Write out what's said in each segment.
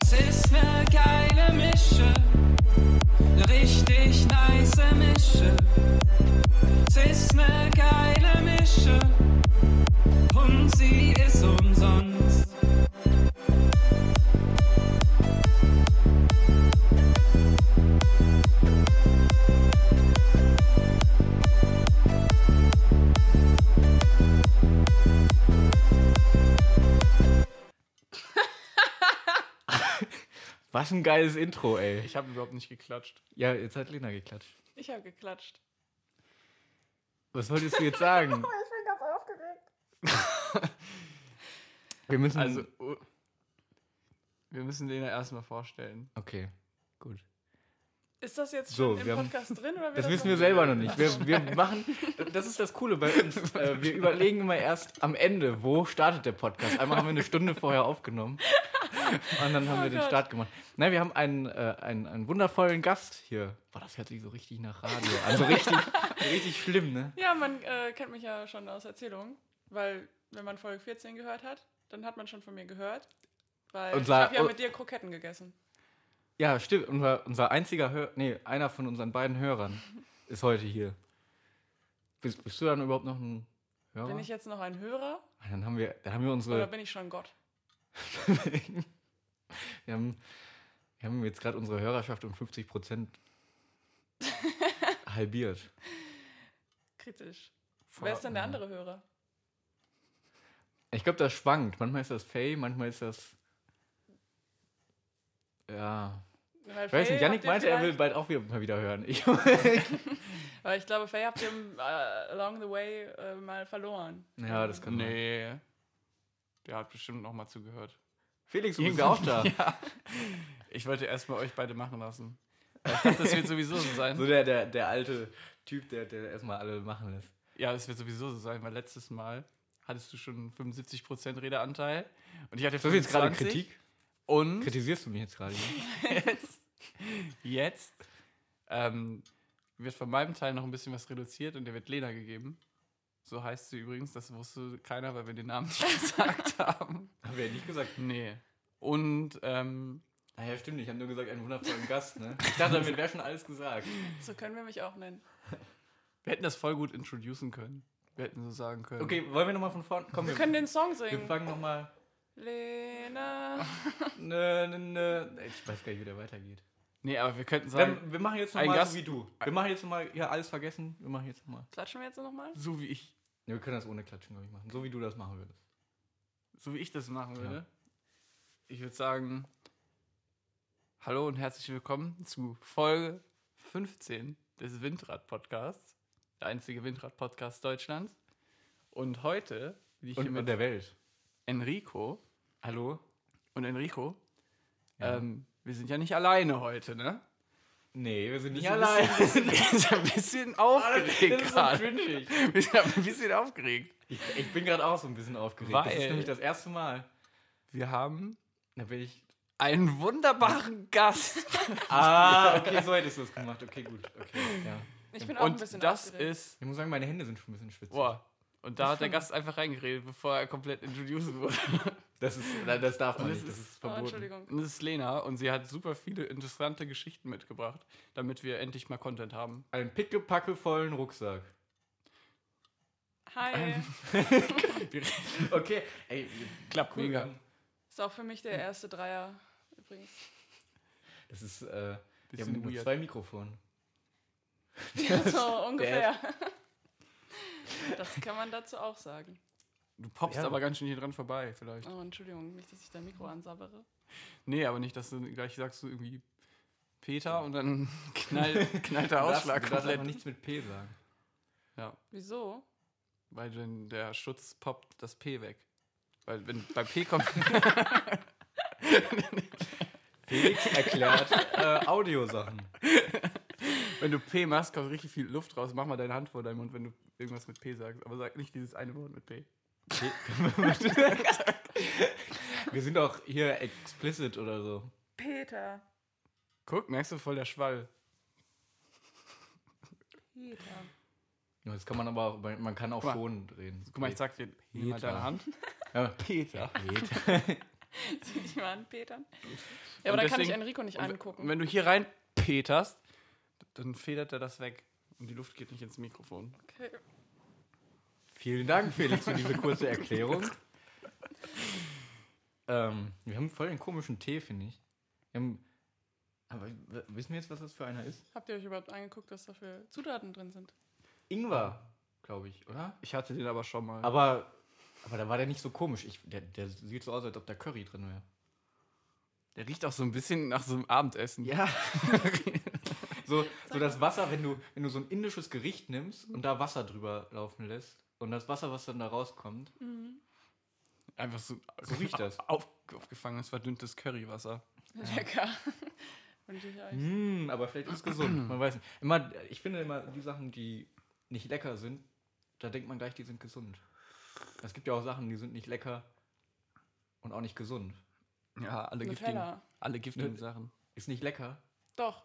Das ist ne geile Mische, ne richtig nice Mische. Es ist ne geile Mische und sie ist umsonst. Was ein geiles Intro, ey. Ich habe überhaupt nicht geklatscht. Ja, jetzt hat Lena geklatscht. Ich habe geklatscht. Was wolltest du jetzt sagen? Ich bin ganz aufgeregt. Wir müssen. Also, uh, wir müssen Lena erstmal vorstellen. okay, gut. Ist das jetzt So, schon im wir haben- Podcast drin? Oder Das das wissen noch- wir selber noch nicht. Wir, wir machen, das ist das Coole bei uns. Äh, wir überlegen immer erst am Ende, wo startet der Podcast. Einmal haben wir eine Stunde vorher aufgenommen und dann haben wir den Gott. Start gemacht. Nein, wir haben einen, äh, einen, einen wundervollen Gast hier. Boah, das hört sich so richtig nach Radio an. So richtig, richtig schlimm, ne? Ja, man äh, kennt mich ja schon aus Erzählungen, weil wenn man Folge 14 gehört hat, dann hat man schon von mir gehört. Weil Und ich sah- habe ja und- mit dir Kroketten gegessen. Ja, stimmt. Unser, unser einziger Hör nee, einer von unseren beiden Hörern ist heute hier. Bist, bist du dann überhaupt noch ein Hörer? Ah, Bin ich jetzt noch ein Hörer dann haben wir, dann haben wir unsere. oder bin ich schon Gott? wir, haben, wir haben jetzt gerade unsere Hörerschaft um 50 Prozent halbiert. Kritisch. Vor- Wer ist denn der andere Hörer? äh, Ich glaube, das schwankt. Manchmal ist das Faye, manchmal ist das. Ja. Weil Ich weiß Faye nicht, Yannick habt ihr meinte, er will vielleicht- bald auch wieder, mal wieder hören. Ich, Weil ich glaube, Faye habt ihr im, äh, along the way äh, mal verloren. ja, das kann sein. Nee. Der hat bestimmt nochmal zugehört. Felix, du bist ja auch da. ja. Ich wollte erstmal euch beide machen lassen. Weil Ich dachte, das wird sowieso so So sein. der, der, der alte Typ, der, der erstmal alle machen lässt. Ja, das wird sowieso so sein, weil letztes Mal hattest du schon 75% Redeanteil. Und ich hatte So jetzt gerade 25. Kritik? Und Kritisierst du mich jetzt gerade? jetzt, jetzt ähm, wird von meinem Teil noch ein bisschen was reduziert und der wird Lena gegeben. So heißt sie übrigens, das wusste keiner, weil wir den Namen nicht gesagt haben. Haben wir ja nicht gesagt. Nee. Und ähm, Naja, stimmt, ich habe nur gesagt, einen wundervollen Gast, ne? Ich dachte, damit wäre schon alles gesagt. So können wir mich auch nennen. wir hätten das voll gut introducen können. Wir hätten so sagen können. Okay, wollen wir nochmal von vorne kommen? Wir können den Song singen. Wir fangen nochmal. Lena. Nö, nö, nö. Ne, Ich weiß gar nicht, wie der weitergeht. Nee, aber wir könnten sagen, Dann, wir machen jetzt Ein nochmal Gast- so wie du. Wir machen jetzt nochmal, ja, alles vergessen. Wir machen jetzt nochmal. Klatschen wir jetzt nochmal? so wie ich, Ne, wir können das ohne Klatschen, glaube ich, machen. So wie du das machen würdest. so wie ich das machen Ja. würde. Ich würde sagen, hallo und herzlich willkommen zu Folge 15 des Windrad-Podcasts. Der einzige Windrad-Podcast Deutschlands. Und heute bin ich hier mit Welt. Enrico. Hallo? Und Enrico, Ja. ähm, wir sind ja nicht alleine heute, ne? Nee, wir sind nicht ein allein. bisschen- Wir sind ein bisschen aufgeregt gerade. cringig. Wir sind ein bisschen aufgeregt. Ich, ich bin gerade auch so ein bisschen aufgeregt. das ist Weil- nämlich das erste Mal. Wir haben Da bin ich. einen wunderbaren Gast. Ah, okay, so hättest du es gemacht. Okay, gut. Okay, ja. Ich bin auch ein Und bisschen das aufgeregt. ist. Ich muss sagen, meine Hände sind schon ein bisschen schwitzig. Boah. Und da hat der Gast einfach reingeredet, bevor er komplett introduced wurde. Das, ist, nein, das darf man Das nicht. Das ist- ist Oh, verboten. Entschuldigung. Und das ist Lena und sie hat super viele interessante Geschichten mitgebracht, damit wir endlich mal Content haben. Ein pickepackevollen Rucksack. Hi. Ähm. Okay, ey, Klappt mega. Ist auch für mich der erste Dreier übrigens. Das ist, äh, wir Bisschen haben nur weird. zwei Mikrofone. so ungefähr. Das kann man dazu auch sagen. Du poppst Ja. aber ganz schön hier dran vorbei, vielleicht. Oh, Entschuldigung, nicht, dass ich dein Mikro ansabbere. Nee, aber nicht, dass du gleich sagst, du irgendwie Peter und dann knallt, knallt der Ausschlag du darfst einfach komplett. nichts mit P sagen. Ja, Wieso? weil dann der Schutz poppt das P weg. Weil wenn bei P kommt, Felix erklärt äh, Audiosachen. wenn du P machst, kommt richtig viel Luft raus. Mach mal deine Hand vor deinem Mund, wenn du irgendwas mit P sagst. Aber sag nicht dieses eine Wort mit P- P. wir sind auch hier explicit oder so. Peter. Guck, merkst du voll der Schwall. Peter. Ja, Das kann man aber auch, man man kann auch Guck mal. schon reden. Guck mal, ich sag dir, nimm mal Peter. deine Hand. Ja, Peter. Peter. Sich mal anpetern. Ja, aber dann kann ich deswegen- Enrico nicht Und we- angucken. Wenn du hier rein peterst, dann federt er das weg. Und die Luft geht nicht ins Mikrofon. Okay. Vielen Dank, Felix, für diese kurze Erklärung. ähm, wir haben voll den komischen Tee, finde ich. Wir haben, aber w- wissen wir jetzt, was das für einer ist? Habt ihr euch überhaupt angeguckt, was da für Zutaten drin sind? Ingwer, glaube ich, oder? Ich hatte den aber schon mal. Aber, aber da war der nicht so komisch. Ich, der, der sieht so aus, als ob da Curry drin wäre. der riecht auch so ein bisschen nach so einem Abendessen. Ja. so, so das Wasser, wenn du, wenn du so ein indisches Gericht nimmst und da Wasser drüber laufen lässt und das Wasser, was dann da rauskommt, Einfach so, So riecht das. Auf, aufgefangenes, verdünntes Currywasser. Lecker. Und ich Hm, eigentlich. Mm, aber vielleicht ist es gesund. Man weiß nicht. Immer, ich finde immer die Sachen, die nicht lecker sind, da denkt man gleich, die sind gesund. Es gibt ja auch Sachen, die sind nicht lecker und auch nicht gesund. Ja, alle giftigen, Nutella. alle giftigen Ne- Sachen. Ist nicht lecker. Doch.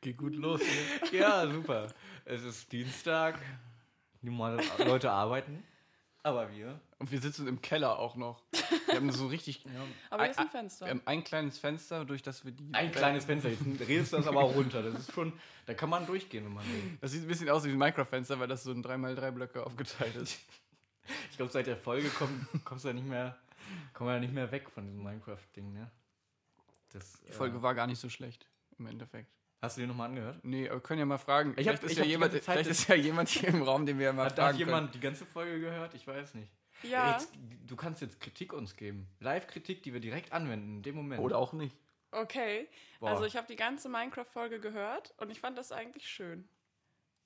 Geht gut los. ne? Ja, super. Es ist Dienstag. Die mal- Leute arbeiten. Aber wir. Und wir sitzen im Keller auch noch. Wir haben so richtig. Aber hier ist Ei- ein ei- Fenster. Wir haben ein kleines Fenster, durch das wir die. Ein kleines Fenster. Jetzt redest du das aber auch runter. Das ist schon. Da kann man durchgehen, wenn man will. Das sieht ein bisschen aus wie ein Minecraft-Fenster, weil das so in 3x3 Blöcke aufgeteilt ist. Ich glaube, seit der Folge komm, kommst du ja nicht mehr, kommen wir ja nicht mehr weg von diesem Minecraft-Ding, ne? Das, Die Folge war gar nicht so schlecht im Endeffekt. Hast du die nochmal angehört? Nee, aber wir können ja mal fragen. Ich hab- vielleicht ist, ich ja hab die jemand, ganze Zeit- vielleicht ist ja jemand hier im Raum, den wir mal Hat da fragen jemand die ganze Folge gehört? Ich weiß nicht. ja. Jetzt, du kannst jetzt Kritik uns geben. Live-Kritik, die wir direkt anwenden in dem Moment. können. Oder auch nicht. Okay. Boah. Also ich habe die ganze Minecraft-Folge gehört und ich fand das eigentlich schön.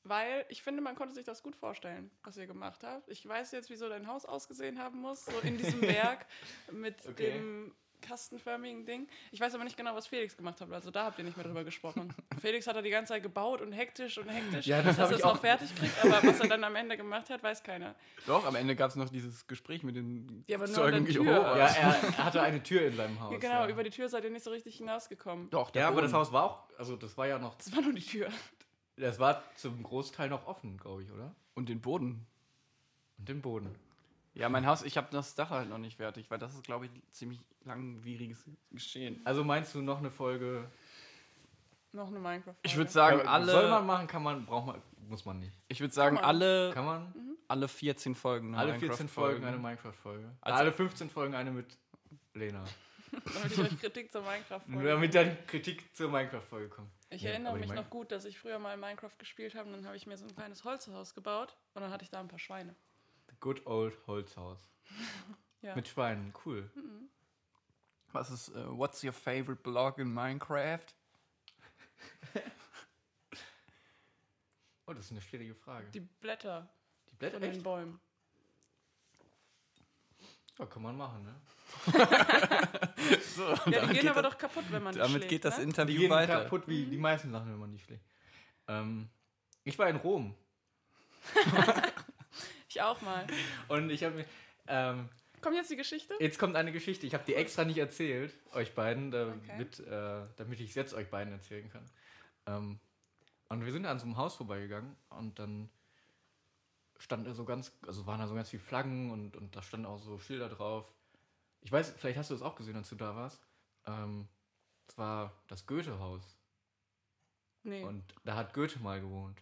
Weil ich finde, man konnte sich das gut vorstellen, was ihr gemacht habt. Ich weiß jetzt, wieso dein Haus ausgesehen haben muss, so in diesem Berg mit Okay. dem kastenförmigen Ding. Ich weiß aber nicht genau, was Felix gemacht hat. Also da habt ihr nicht mehr drüber gesprochen. Felix hat er die ganze Zeit gebaut und hektisch und hektisch, Ja, das dass hab er ich es auch- noch fertig kriegt. Aber was er dann am Ende gemacht hat, weiß keiner. Doch, am Ende gab es noch dieses Gespräch mit den Ja, aber nur an Zeugen der Tür. ja, er, er hatte eine Tür in seinem Haus. Ja, genau, ja. über die Tür seid ihr nicht so richtig hinausgekommen. Doch, da ja aber oben. das Haus war auch, also das war ja noch, Das war nur die Tür. das war zum Großteil noch offen, glaube ich, oder? Und den Boden. Und den Boden. Ja, mein Haus, ich habe das Dach halt noch nicht fertig, weil das ist, glaube ich, ein ziemlich langwieriges Geschehen. Also meinst du noch eine Folge? Noch eine Minecraft. Ich würde sagen, Soll man alle, machen, kann man, braucht man, muss man nicht. ich würde sagen, Kann man. alle, Kann man? Mhm. alle 14 Folgen. eine Alle 14 Folgen eine Minecraft-Folge. Minecraft-Folge. Also- alle 15 Folgen eine mit Lena. Damit ich euch Kritik zur Minecraft Nur damit dann Kritik zur Minecraft-Folge kommt. Ich Nee, erinnere aber mich Minecraft- noch gut, dass ich früher mal Minecraft gespielt habe und dann habe ich mir so ein kleines Holzhaus gebaut und dann hatte ich da ein paar Schweine. Good old Holzhaus. Ja. Mit Schweinen, cool. Was ist, äh, what's your favorite blog in Minecraft? Oh, das ist eine schwierige Frage. Die Blätter Die Blätter von den echt? Bäumen. Ja, kann man machen, ne? So, Ja, damit die gehen geht aber das- doch kaputt, wenn man die Damit schlägt, geht das ne? Die Interview gehen weiter. kaputt wie Mhm. die meisten Sachen, wenn man die schlägt. Ähm, ich war in Rom Ich auch mal. und ich habe mir. Ähm, Kommt jetzt die Geschichte? jetzt kommt eine Geschichte. Ich habe die extra nicht erzählt, euch beiden, damit, Okay. äh, damit ich es jetzt euch beiden erzählen kann. Ähm, und wir sind an so einem Haus vorbeigegangen und dann stand da so ganz, also waren da so ganz viele Flaggen und, und da standen auch so Schilder drauf. Ich weiß, vielleicht hast du das auch gesehen, als du da warst. Ähm, es war das Goethe-Haus. Nee. Und da hat Goethe mal gewohnt.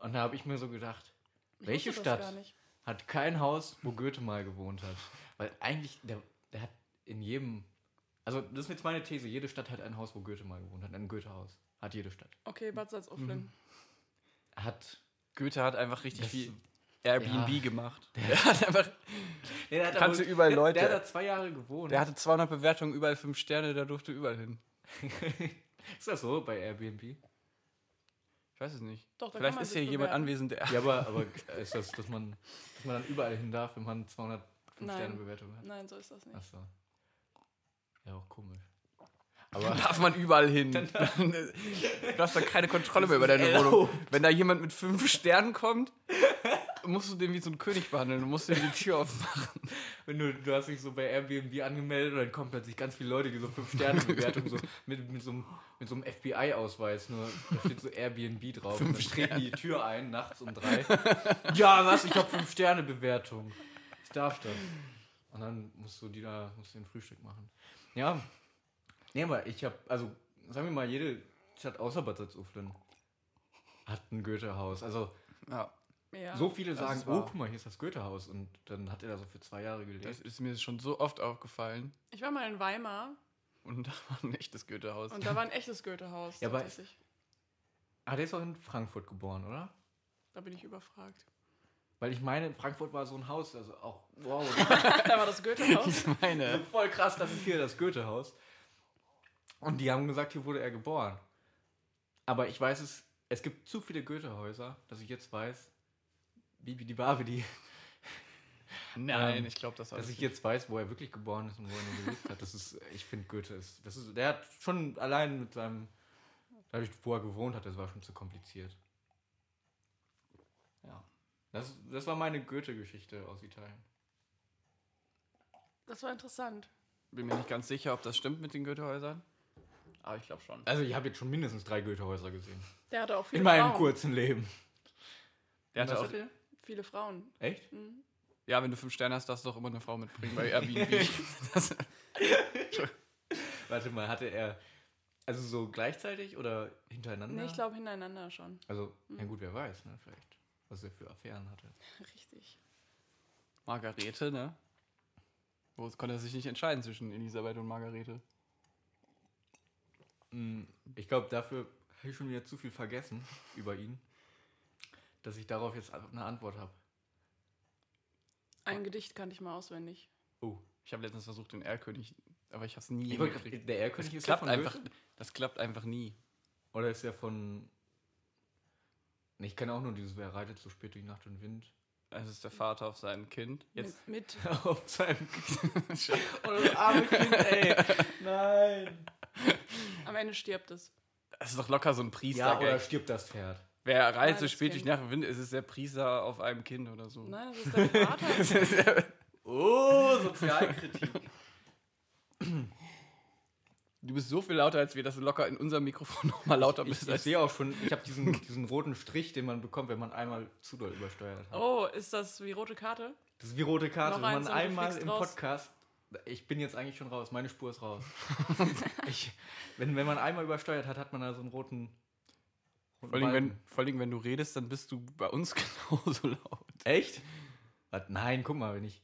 Und da habe ich mir so gedacht, ich welche wusste das Stadt? Gar nicht. hat kein Haus, wo Goethe mal gewohnt hat. Weil eigentlich, der, der hat in jedem, also das ist jetzt meine These, jede Stadt hat ein Haus, wo Goethe mal gewohnt hat. Ein Goethe-Haus hat jede Stadt. Okay, Bad Salzuflen. Hat, Goethe hat einfach richtig Das- viel Airbnb ja. gemacht. Der hat einfach, nee, der hat Kannte überall der, Leute. Der hat da zwei Jahre gewohnt. der hatte 200 Bewertungen, überall 5 Sterne, da durfte überall hin. ist das so bei Airbnb? Ich weiß es nicht. Doch, da kann Vielleicht man ist sich hier jemand bewerben. anwesend, der. Ja, aber, aber ist das, dass man, dass man dann überall hin darf, wenn man 205 Nein. Sterne Bewertung hat? Nein, so ist das nicht. Achso. Ja, auch komisch. Dann darf man überall hin. du hast dann keine Kontrolle mehr über deine erlaubt. Wohnung. Wenn da jemand mit fünf Sternen kommt, musst du den wie so einen König behandeln. Du musst dir die Tür aufmachen. Wenn du, du hast dich so bei Airbnb angemeldet und dann kommen plötzlich ganz viele Leute, die so 5-Sterne-Bewertungen so mit, mit so einem, mit so einem FBI-Ausweis, nur da steht so Airbnb drauf. und dann treten die die Tür ein, nachts um drei. ja, was? Ich habe 5-Sterne-Bewertung. Ich darf das. Und dann musst du die da, musst du den Frühstück machen. Ja. Nee, aber ich habe, also, sagen wir mal, jede Stadt außer Bad Salzuflen hat ein Goethehaus. Also, Ja, Ja. so viele das sagen, ist wahr. oh, guck mal, hier ist das Goethehaus. Und dann hat er da so für zwei Jahre gelebt. das ist mir schon so oft aufgefallen. Ich war mal in Weimar Und da war ein echtes Goethehaus. und da war ein echtes Goethehaus. Ja, aber- tatsächlich. Ah, der ist auch in Frankfurt geboren, oder? Da bin ich überfragt. Weil ich meine, in Frankfurt war so ein Haus, also auch, wow, da war das Goethehaus. ich meine, voll krass, das ist hier das Goethehaus. Und die haben gesagt, hier wurde er geboren. Aber ich weiß es, es gibt zu viele Goethehäuser, dass ich jetzt weiß, Bibi die Babidi, nein, Ähm, ich glaube, das war dass das ich jetzt weiß, wo er wirklich geboren ist und wo er nur gelebt hat. Das ist, ich finde Goethe ist, das ist, der hat schon allein mit seinem, dadurch, wo er gewohnt hat, das war schon zu kompliziert. Ja. Das, das war meine Goethe-Geschichte aus Italien. Das war interessant. Bin mir nicht ganz sicher, ob das stimmt mit den Goethehäusern. Aber ich glaube schon. Also ich habe jetzt schon mindestens drei Goethehäuser gesehen. Der hatte auch viele In meinem Frauen. kurzen Leben. Der hatte Was auch, hatte? Viele Frauen. Echt? Mhm. ja, wenn du fünf Sterne hast, darfst du doch immer eine Frau mitbringen bei Airbnb. das, Warte mal, hatte er also so gleichzeitig oder hintereinander? Nee, ich Hm. glaube hintereinander schon. Also, ja gut, wer weiß, ne? Vielleicht, was er für Affären hatte. Richtig. Margarete, ne? Wo konnte er sich nicht entscheiden zwischen Elisabeth und Margarete? Mm, Ich glaube, dafür habe ich schon wieder zu viel vergessen über ihn, dass ich darauf jetzt eine Antwort habe. Oh. Ein Gedicht kannte ich mal auswendig. Oh. Ich habe letztens versucht, den Erlkönig, aber ich habe es nie Ich wollt, grad- der Erlkönig Das ist ja klappt von einfach, Goethe? das klappt einfach nie. Oder ist er von... Nee, Ich kenne auch nur dieses, wer reitet so spät durch Nacht und Wind. Also Es ist der Vater auf seinem Kind. Jetzt Mit, mit Auf seinem... Oder das arme Kind, ey. Nein. am Ende stirbt es. Das ist doch locker so ein Ja, Priester. oder Ja, stirbt das Pferd. Wer Nein, reizt so das spät durch kenn ich. Nacht und Wind, ist es der Priester auf einem Kind oder so. Nein, ne? das ist der Vater. Oh, Sozialkritik. Du bist so viel lauter als wir, dass du locker in unserem Mikrofon nochmal lauter ich bist. ich als sehe auch schon, ich habe diesen, diesen roten Strich, den man bekommt, wenn man einmal zu doll übersteuert hat. Oh, ist das wie rote Karte? Das ist wie rote Karte, Noch wenn man eins und du einmal fliegst im raus. Podcast. Ich bin jetzt eigentlich schon raus, meine Spur ist raus. ich, wenn, wenn man einmal übersteuert hat, hat man da so einen roten. roten vor, allem, wenn, Balken. vor allem, wenn du redest, dann bist du bei uns genauso laut. Echt? Was? Nein, guck mal, wenn ich.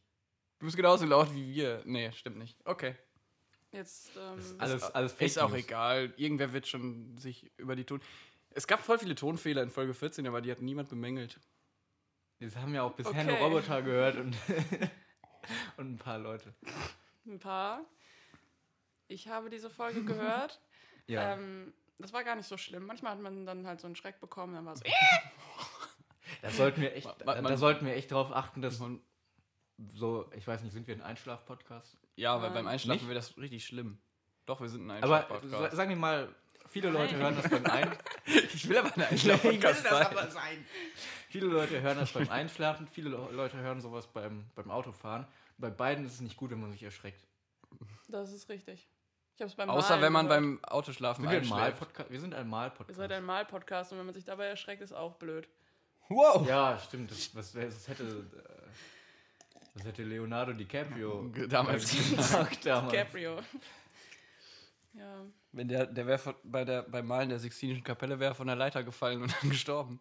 Du bist genauso laut wie wir. Nee, stimmt nicht. Okay. Jetzt, ähm, Alles, alles Fake ist auch News. egal. Irgendwer wird schon sich über die Ton. Es gab voll viele Tonfehler in Folge 14, aber die hat niemand bemängelt. Das haben ja auch bisher Okay. nur Roboter gehört und, und ein paar Leute. ein paar. Ich habe diese Folge gehört. Ja. ähm, das war gar nicht so schlimm. Manchmal hat man dann halt so einen Schreck bekommen, dann war es so, "Äh!" Das sollten wir echt, Man- man- da sollten wir echt drauf achten, dass man so, ich weiß nicht, sind wir ein Einschlaf-Podcast? Ja, weil Nein. beim Einschlafen Nicht? wäre das richtig schlimm. Doch, wir sind ein Aber Einschlaf-Podcast. sa- sagen wir mal, viele Leute hören das beim Ein. Ich will aber ein das Einschlaf-Podcast sein. aber sein. Viele Leute hören das beim Einschlafen, viele Le- Leute hören sowas beim, beim Autofahren. Bei beiden ist es nicht gut, wenn man sich erschreckt. das ist richtig. Ich habe es beim Außer Malen wenn man gehört. beim Autoschlafen Sind wir, ein einschläft. Mal-Podcast? wir sind ein Ihr seid Mal-Podcast. ein Mal-Podcast und wenn man sich dabei erschreckt, ist auch blöd. Wow! Ja, stimmt. Das, was, wär- das, hätte, äh, das hätte Leonardo DiCaprio Damals, gesagt damals. Gabriel. ja. wenn der, der wäre von- bei der, beim Malen der Sixtinischen Kapelle wäre von der Leiter gefallen und dann gestorben.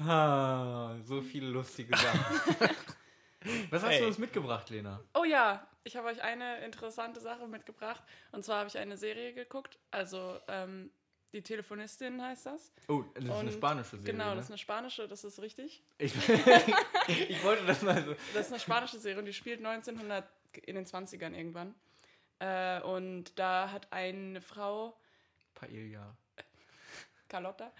Ah, so viele lustige Sachen. Was hast Ey. du uns mitgebracht, Lena? Oh ja, ich habe euch eine interessante Sache mitgebracht. Und zwar habe ich eine Serie geguckt. Also ähm, die Telefonistin heißt das. Oh, das ist eine Und spanische Serie. genau, ne? das ist eine spanische, das ist richtig. ich, ich wollte das mal so. Das ist eine spanische Serie und die spielt 1900 in den 20ern irgendwann. Äh, und da hat eine Frau, Paella. Carlotta,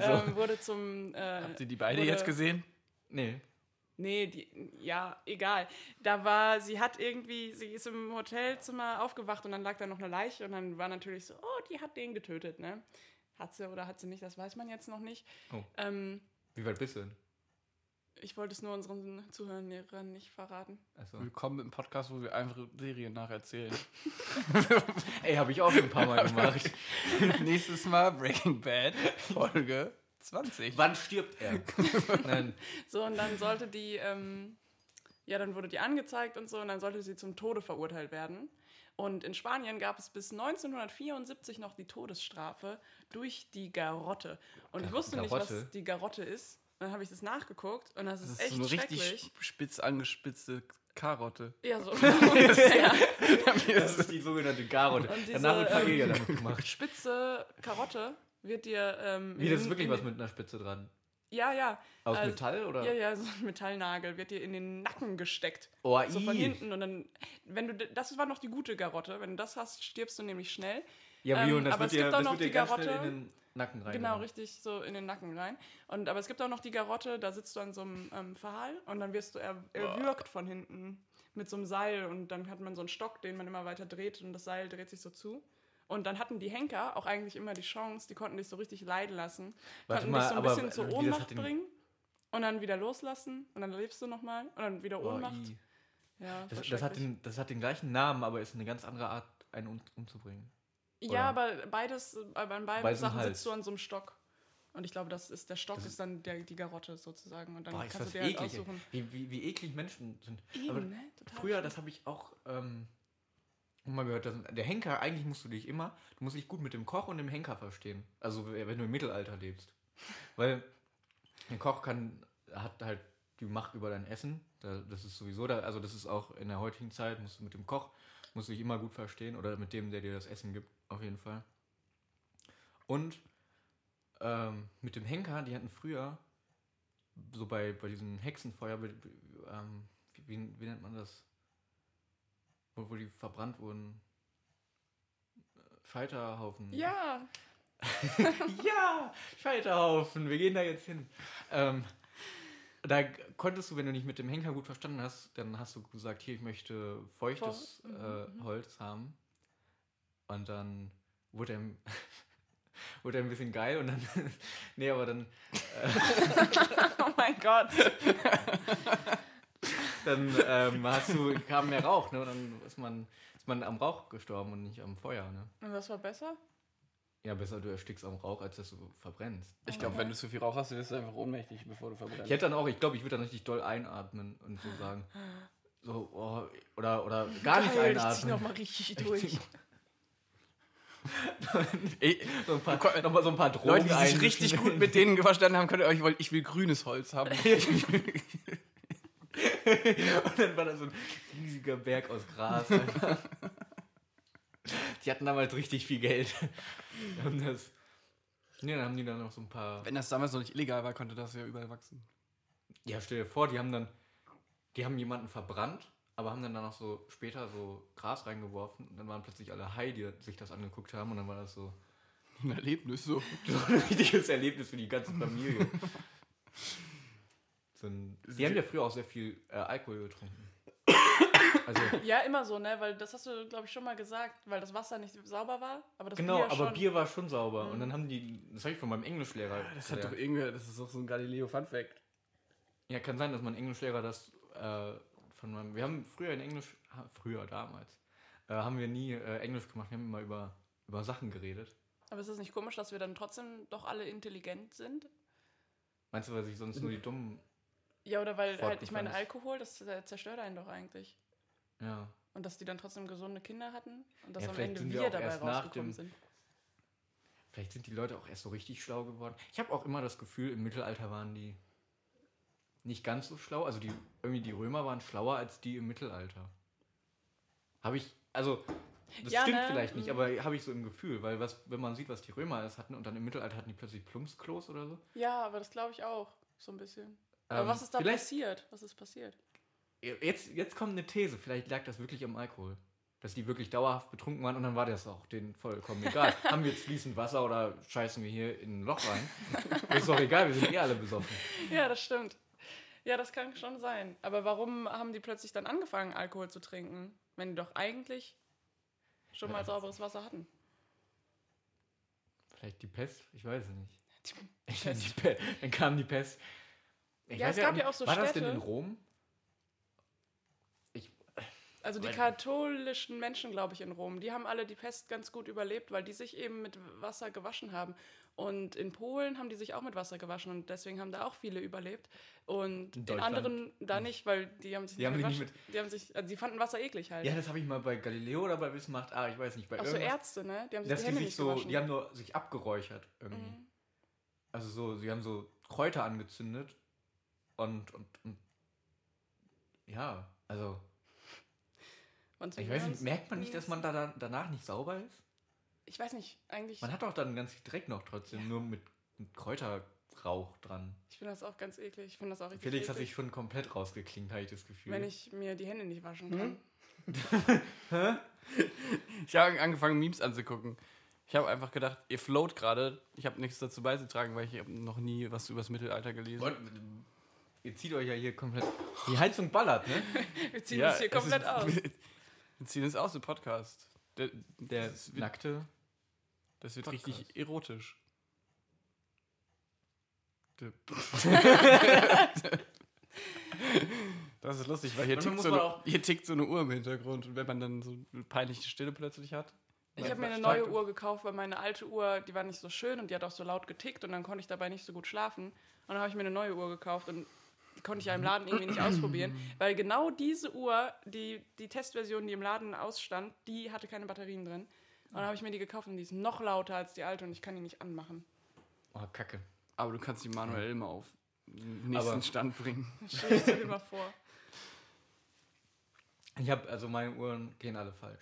ähm, wurde zum... Äh, Habt ihr die beide wurde- jetzt gesehen? Nee. Nee, die, ja, egal. Da war, sie hat irgendwie, sie ist im Hotelzimmer aufgewacht und dann lag da noch eine Leiche und dann war natürlich so, oh, die hat den getötet, ne? Hat sie oder hat sie nicht, das weiß man jetzt noch nicht. Oh. Ähm, Wie weit bist du denn? Ich wollte es nur unseren Zuhörern nicht verraten. Achso. Willkommen im Podcast, wo wir einfach Serien nacherzählen. Ey, habe ich auch schon ein paar Mal gemacht. Nächstes Mal Breaking Bad, Folge 20. Wann stirbt er? Nein. So, und dann sollte die, ähm, ja, dann wurde die angezeigt und so, und dann sollte sie zum Tode verurteilt werden. Und in Spanien gab es bis 1974 noch die Todesstrafe durch die Garotte. Und ich Gar- wusste nicht, Garotte? was die Garotte ist. Und dann habe ich das nachgeguckt und das ist Das ist echt so eine schrecklich. richtig spitz angespitzte Karotte. Ja, so. ja. Das ist die sogenannte Garotte. Und diese, Danach wird Paella ähm, damit gemacht. Spitze Karotte wird dir. Ähm, Wie, das ist in- wirklich in- was mit einer Spitze dran. Ja, ja. Aus Also- Metall oder? Ja, ja, so ein Metallnagel wird dir in den Nacken gesteckt. Oh, So von ii. hinten und dann, wenn du, d- das war noch die gute Garotte. Wenn du das hast, stirbst du nämlich schnell. Ja, wie, Ähm, und das aber wird es gibt dir, auch das noch wird dir die ganz schnell in Garotte. den Nacken rein. Genau, richtig so in den Nacken rein. Und, aber es gibt auch noch die Garotte, da sitzt du an so einem ähm, Verhal und dann wirst du er, erwürgt von hinten mit so einem Seil und dann hat man so einen Stock, den man immer weiter dreht und das Seil dreht sich so zu. Und dann hatten die Henker auch eigentlich immer die Chance, die konnten dich so richtig leiden lassen. Warte konnten mal, dich so ein aber bisschen zur wie das hat Ohnmacht den- bringen und dann wieder loslassen und dann lebst du nochmal und dann wieder Oh, Ohnmacht. ii. ja, voll das, das, hat schrecklich. den, das hat den gleichen Namen, aber ist eine ganz andere Art, einen um, umzubringen. ja, oder? aber beides, äh, aber an beiden Bei so einem Sachen Hals. sitzt du an so einem Stock. Und ich glaube, das ist der Stock, Das ist, ist- dann der, die Garotte sozusagen. Und dann Boah, ist kannst du das dir eklig. halt ey. aussuchen. wie, wie, wie eklig Menschen sind. Eben, Aber ne? Total Früher, schlimm. das habe ich auch ähm, mal gehört, dass der Henker, eigentlich musst du dich immer, du musst dich gut mit dem Koch und dem Henker verstehen. Also wenn du im Mittelalter lebst. Weil der Koch kann, hat halt die Macht über dein Essen. Da- Das ist sowieso, da, also das ist auch in der heutigen Zeit, musst du mit dem Koch, musst du dich immer gut verstehen oder mit dem, der dir das Essen gibt, auf jeden Fall. Und ähm, mit dem Henker, die hatten früher, so bei, bei diesem Hexenfeuer, bei- bei- ähm, wie, wie nennt man das? Wo, wo die verbrannt wurden. Äh, Scheiterhaufen. Ja, ja! Scheiterhaufen, wir gehen da jetzt hin. Ähm, da g- konntest du, wenn du nicht mit dem Henker gut verstanden hast, dann hast du gesagt, hier, ich möchte feuchtes Feu- äh, Holz haben. Und dann wurde er, wurde er ein bisschen geil und dann, nee, aber dann oh mein Gott. dann ähm, hast du, kam mehr Rauch, ne? Und dann ist man, ist man am Rauch gestorben und nicht am Feuer, ne? Und was war besser? Ja, besser du erstickst am Rauch, als dass du verbrennst. Ich glaube, wenn du zu viel Rauch hast, wirst du einfach ohnmächtig, bevor du Ich verbrennst. hätte dann auch, ich glaube, ich würde dann richtig doll einatmen und so sagen. So, oh, oder, oder gar nicht Geil, Ich zieh einatmen. nochmal richtig durch. Ey, So ein paar, noch mal so ein paar Drogen Leute, die sich richtig einmischen. gut mit denen verstanden haben, könnt ihr euch wollen, ich will grünes Holz haben. Und dann war da so ein riesiger Berg aus Gras. einfach. die hatten damals richtig viel Geld. Und das, nee, dann haben die dann noch so ein paar... Wenn das damals noch nicht illegal war, konnte das ja überall wachsen. Ja, stell dir vor, die haben dann, die haben jemanden verbrannt, aber haben dann da noch so später so Gras reingeworfen und dann waren plötzlich alle Hai, die sich das angeguckt haben und dann war das so, Ein Erlebnis so. so ein richtiges Erlebnis für die ganze Familie. So ein, die haben ja früher auch sehr viel äh, Alkohol getrunken. Also, Ja, immer so, ne? Weil das hast du, glaube ich, schon mal gesagt, weil das Wasser nicht sauber war. Aber das genau, Bier aber schon. Bier war schon sauber und dann haben die, das habe ich von meinem Englischlehrer. Mhm. Ah, Das hat gelernt. doch irgendwer, das ist doch so ein Galileo Fun Fact. Ja, kann sein, dass mein Englischlehrer das äh, von meinem. Wir haben früher in Englisch, ha- früher damals, äh, haben wir nie äh, Englisch gemacht, wir haben immer über, über Sachen geredet. Aber ist es nicht komisch, dass wir dann trotzdem doch alle intelligent sind? Meinst du, weil sich sonst nur Mhm. die dummen. Ja, oder weil halt, ich meine, Fortgepflanzt. Alkohol, das äh, zerstört einen doch eigentlich. Ja. Und dass die dann trotzdem gesunde Kinder hatten und dass Ja, am vielleicht Ende sind wir wir auch dabei erst nach rausgekommen dem- sind. Vielleicht sind die Leute auch erst so richtig schlau geworden. Ich habe auch immer das Gefühl, im Mittelalter waren die nicht ganz so schlau. Also die, irgendwie die Römer waren schlauer als die im Mittelalter. Habe ich, also das Ja, stimmt ne? vielleicht nicht, Mhm. aber habe ich so im Gefühl, weil was, wenn man sieht, was die Römer alles hatten und dann im Mittelalter hatten die plötzlich Plumpsklos oder so. Ja, aber das glaube ich auch, so ein bisschen. Aber Ähm, was ist da vielleicht- passiert? Was ist passiert? Jetzt, jetzt kommt eine These. Vielleicht lag das wirklich am Alkohol. Dass die wirklich dauerhaft betrunken waren und dann war das auch denen vollkommen egal. Haben wir jetzt fließend Wasser oder scheißen wir hier in ein Loch rein? ist doch egal, wir sind eh alle besoffen. Ja, das stimmt. Ja, das kann schon sein. Aber warum haben die plötzlich dann angefangen, Alkohol zu trinken, wenn die doch eigentlich schon mal Ja. sauberes Wasser hatten? Vielleicht die Pest? Ich weiß es nicht. Pest. Die Pe- dann kam die Pest. Ich Ja, weiß es gab nicht, ja auch so War das denn Städte. in Rom? Also die Weil- katholischen Menschen, glaube ich, in Rom, die haben alle die Pest ganz gut überlebt, weil die sich eben mit Wasser gewaschen haben. Und in Polen haben die sich auch mit Wasser gewaschen und deswegen haben da auch viele überlebt. Und In in, Deutschland. anderen da nicht, weil die haben sich Die nicht haben die nicht gewaschen. Die haben sich, also die fanden Wasser eklig halt. Ja, das habe ich mal bei Galileo oder bei Wissenmacht. Ah, ich weiß nicht. Bei auch so irgendwas- Ärzte, ne? Die haben sich dass die die Hände sich nicht so, gewaschen. die haben nur sich abgeräuchert irgendwie. Mhm. Also so, sie haben so Kräuter angezündet und, und, und ja, also Wann sind ich wir weiß uns? nicht, merkt man nicht, dass man da, da danach nicht sauber ist? Ich weiß nicht, eigentlich, Man hat doch dann ganz viel Dreck noch trotzdem, nur mit, mit Kräuterrauch dran. ich finde das auch ganz eklig. Ich finde das auch richtig Felix hat eklig, sich schon komplett rausgeklingt, habe ich das Gefühl. wenn ich mir die Hände nicht waschen Hm? kann. Ich habe angefangen, Memes anzugucken. Ich habe einfach gedacht, ihr float gerade. Ich habe nichts dazu beizutragen, weil ich hab noch nie was über das Mittelalter gelesen habe. Wollt- ihr zieht euch ja hier komplett. Die Heizung ballert, ne? Wir ziehen das hier komplett ist, aus. Wir ziehen es aus, der Podcast. Der, Der das wird, nackte. das wird Podcast. richtig erotisch. Der- Das ist lustig, weil hier Manchmal tickt, muss so man eine, auch- hier tickt so eine Uhr im Hintergrund. Und wenn man dann so eine peinliche Stille plötzlich hat. Ich Man habe mir eine stark- neue Uhr gekauft, weil meine alte Uhr, die war nicht so schön und die hat auch so laut getickt und dann konnte ich dabei nicht so gut schlafen. Und dann habe ich mir eine neue Uhr gekauft und die konnte ich ja im Laden irgendwie nicht ausprobieren, weil genau diese Uhr, die, die Testversion, die im Laden ausstand, die hatte keine Batterien drin. Und dann habe ich mir die gekauft und die ist noch lauter als die alte und ich kann die nicht anmachen. Oh, Kacke. Aber du kannst die manuell immer auf den nächsten Aber- Stand bringen. Stell dir das mal vor. Ich habe, also meine Uhren gehen alle falsch.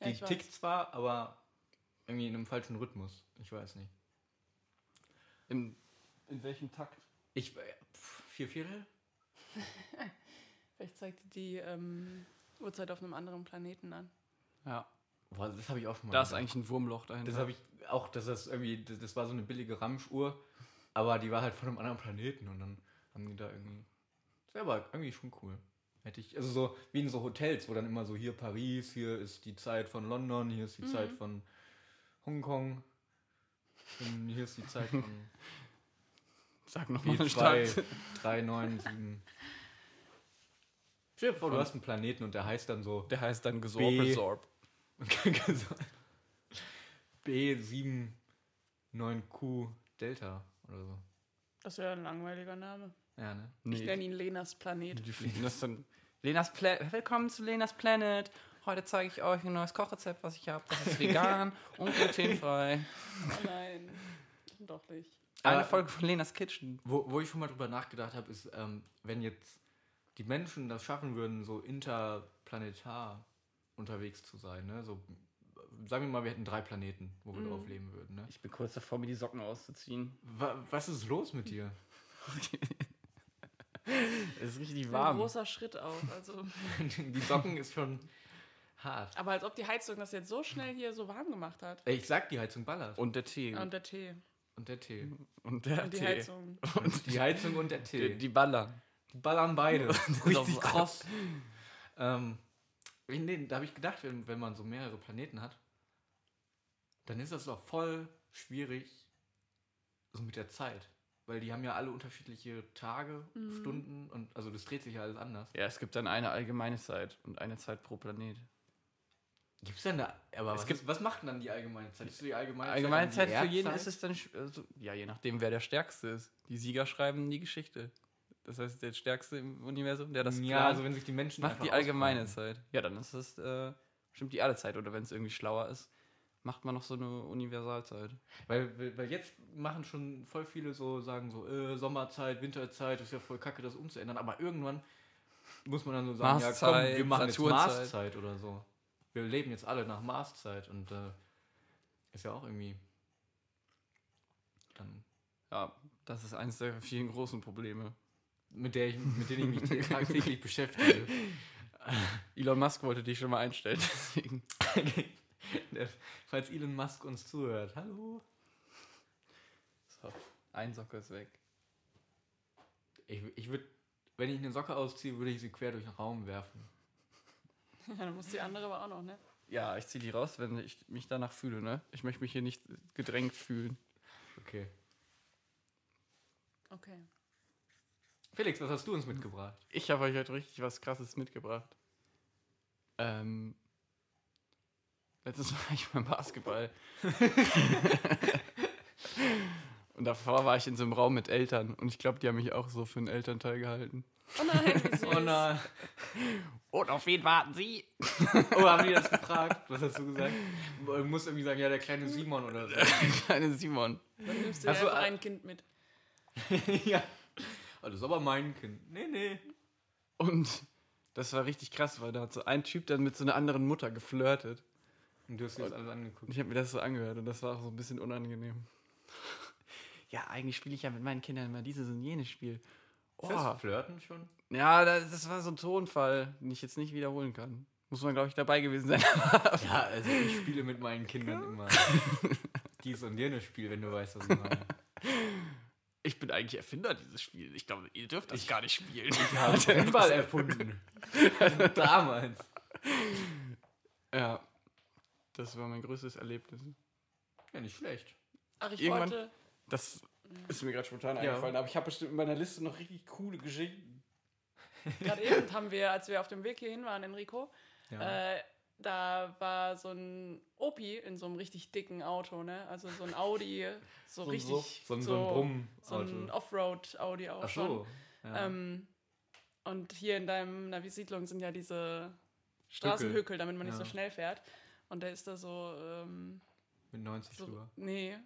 Ja, Die ich weiß. tickt zwar, aber irgendwie in einem falschen Rhythmus. Ich weiß nicht. In, in welchem Takt? Ich äh, pf, vier Viertel? Vielleicht zeigt die die ähm, Uhrzeit auf einem anderen Planeten an. Ja, Boah, das habe ich auch schon mal. da ist gedacht. eigentlich ein Wurmloch dahinter. Das habe ich auch, dass das irgendwie, das, das war so eine billige Ramschuhr, aber die war halt von einem anderen Planeten und dann haben die da irgendwie. Das wäre aber irgendwie schon cool. Hätte ich, also so wie in so Hotels, wo dann immer so hier Paris, hier ist die Zeit von London, hier ist die Zeit von Hongkong, und hier ist die Zeit von Sag nochmal eine Stadt. B2, 397. Stell dir vor, du hast einen Planeten und der heißt dann so Der heißt dann B. Gesorb. B79Q Delta oder so. Das wäre ein langweiliger Name. Ja, ne? Ich nenne ihn Lenas Planet. Die fliegen das dann. Lenas Pla Willkommen zu Lenas Planet. Heute zeige ich euch ein neues Kochrezept, was ich habe. Das ist vegan und glutenfrei. Oh nein, doch nicht. Aber- Eine Folge von Lenas Kitchen. Wo, wo ich schon mal drüber nachgedacht habe, ist, ähm, wenn jetzt die Menschen das schaffen würden, so interplanetar unterwegs zu sein, ne? So, sagen wir mal, wir hätten drei Planeten, wo wir Mhm. drauf leben würden, ne? Ich bin kurz davor, mir die Socken auszuziehen. Wa was ist los mit dir? Es ist richtig Ein warm. großer Schritt auch. Also. die Socken ist schon hart. Aber als ob die Heizung das jetzt so schnell hier so warm gemacht hat. Ey, Ich sag, die Heizung ballert. Und der Tee. Und der Tee. Und der Tee. Und der Und die Tee. Heizung. Und Die Heizung und der Tee. die, die Baller. Die ballern beide. ist Richtig auch- kross. ähm, ich- nee, da habe ich gedacht, wenn, wenn man so mehrere Planeten hat, dann ist das doch voll schwierig, so mit der Zeit. Weil die haben ja alle unterschiedliche Tage, Stunden und also das dreht sich ja alles anders. Ja, es gibt dann eine allgemeine Zeit und eine Zeit pro Planet. Gibt es denn da. Aber Es was, gibt- was macht denn dann die allgemeine Zeit? Ist die allgemeine, Allgemeine dann Zeit die für jeden Erdzeit? ist es dann, sch- also, ja, je nachdem, wer der Stärkste ist. Die Sieger schreiben die Geschichte. Das heißt, der Stärkste im Universum, der das Ja, plant, also wenn sich die Menschen. macht einfach die allgemeine ausbreiten. Zeit. Ja, dann ist es äh, bestimmt die alle Zeit. Oder wenn es irgendwie schlauer ist, macht man noch so eine Universalzeit. Weil, weil- weil jetzt machen schon voll viele so, sagen so, äh, Sommerzeit, Winterzeit, ist ja voll kacke, das umzuändern. Aber irgendwann muss man dann so sagen, ja komm, Marszeit, wir machen jetzt Saturnzeit. Marszeit oder so. Wir leben jetzt alle nach Marszeit und äh, ist ja auch irgendwie dann, Ja, das ist eines der vielen großen Probleme. mit der ich, mit denen ich mich tagtäglich beschäftige. Elon Musk wollte dich schon mal einstellen, deswegen. Falls Elon Musk uns zuhört, hallo. So, ein Socke ist weg. Ich, ich würde, wenn ich eine Socke ausziehe, würde ich sie quer durch den Raum werfen. Ja, dann muss die andere aber auch noch, ne? Ja, ich ziehe die raus, wenn ich mich danach fühle, ne? Ich möchte mich hier nicht gedrängt fühlen. Okay. Okay. Felix, was hast du uns mitgebracht? Ich habe euch heute richtig was Krasses mitgebracht. Ähm, letztes Mal war ich beim Basketball. und davor war ich in so einem Raum mit Eltern. Und ich glaube, die haben mich auch so für einen Elternteil gehalten. Oh nein, wie süß. Oh nein. Und auf wen warten Sie? Oh, haben die das gefragt? Was hast du gesagt? Du musst irgendwie sagen, ja, der kleine Simon oder so. Kleine Simon. Dann nimmst du Also, dir Hast du äh, einfach a- ein Kind mit. ja. Oh, das ist aber mein Kind. Nee, nee. Und das war richtig krass, weil da hat so ein Typ dann mit so einer anderen Mutter geflirtet. Und du hast dir das alles angeguckt. Und ich habe mir das so angehört und das war auch so ein bisschen unangenehm. Ja, eigentlich spiele ich ja mit meinen Kindern immer dieses und jenes Spiel. Ist Oh. das Flirten schon? Ja, das, das war so ein Tonfall, den ich jetzt nicht wiederholen kann. Muss man, glaube ich, dabei gewesen sein. Ja, also ich spiele mit meinen Kindern immer dies und jenes Spiel, wenn du weißt, was ich meine. Ich bin eigentlich Erfinder dieses Spiels. Ich glaube, ihr dürft das gar nicht spielen. Ich habe den Ball erfunden. Damals. ja, das war mein größtes Erlebnis. Ja, nicht schlecht. Ach, ich Irgendwann- wollte. Das ist mir gerade spontan Ja. eingefallen, aber ich habe bestimmt in meiner Liste noch richtig coole Geschichten. Gerade eben haben wir, als wir auf dem Weg hierhin waren, Enrico, Ja. äh, da war so ein Opi in so einem richtig dicken Auto, ne? Also so ein Audi, so, So ein richtig. Suff- so ein- so ein So ein Brumm-Auto. Offroad-Audi auch Ach schon. so. Ja. Ähm, und hier in deinem Navi-Siedlung sind ja diese Straßenhökel, damit man nicht so Ja. schnell fährt. Und der ist da so, ähm, Mit 90 so drüber. nee,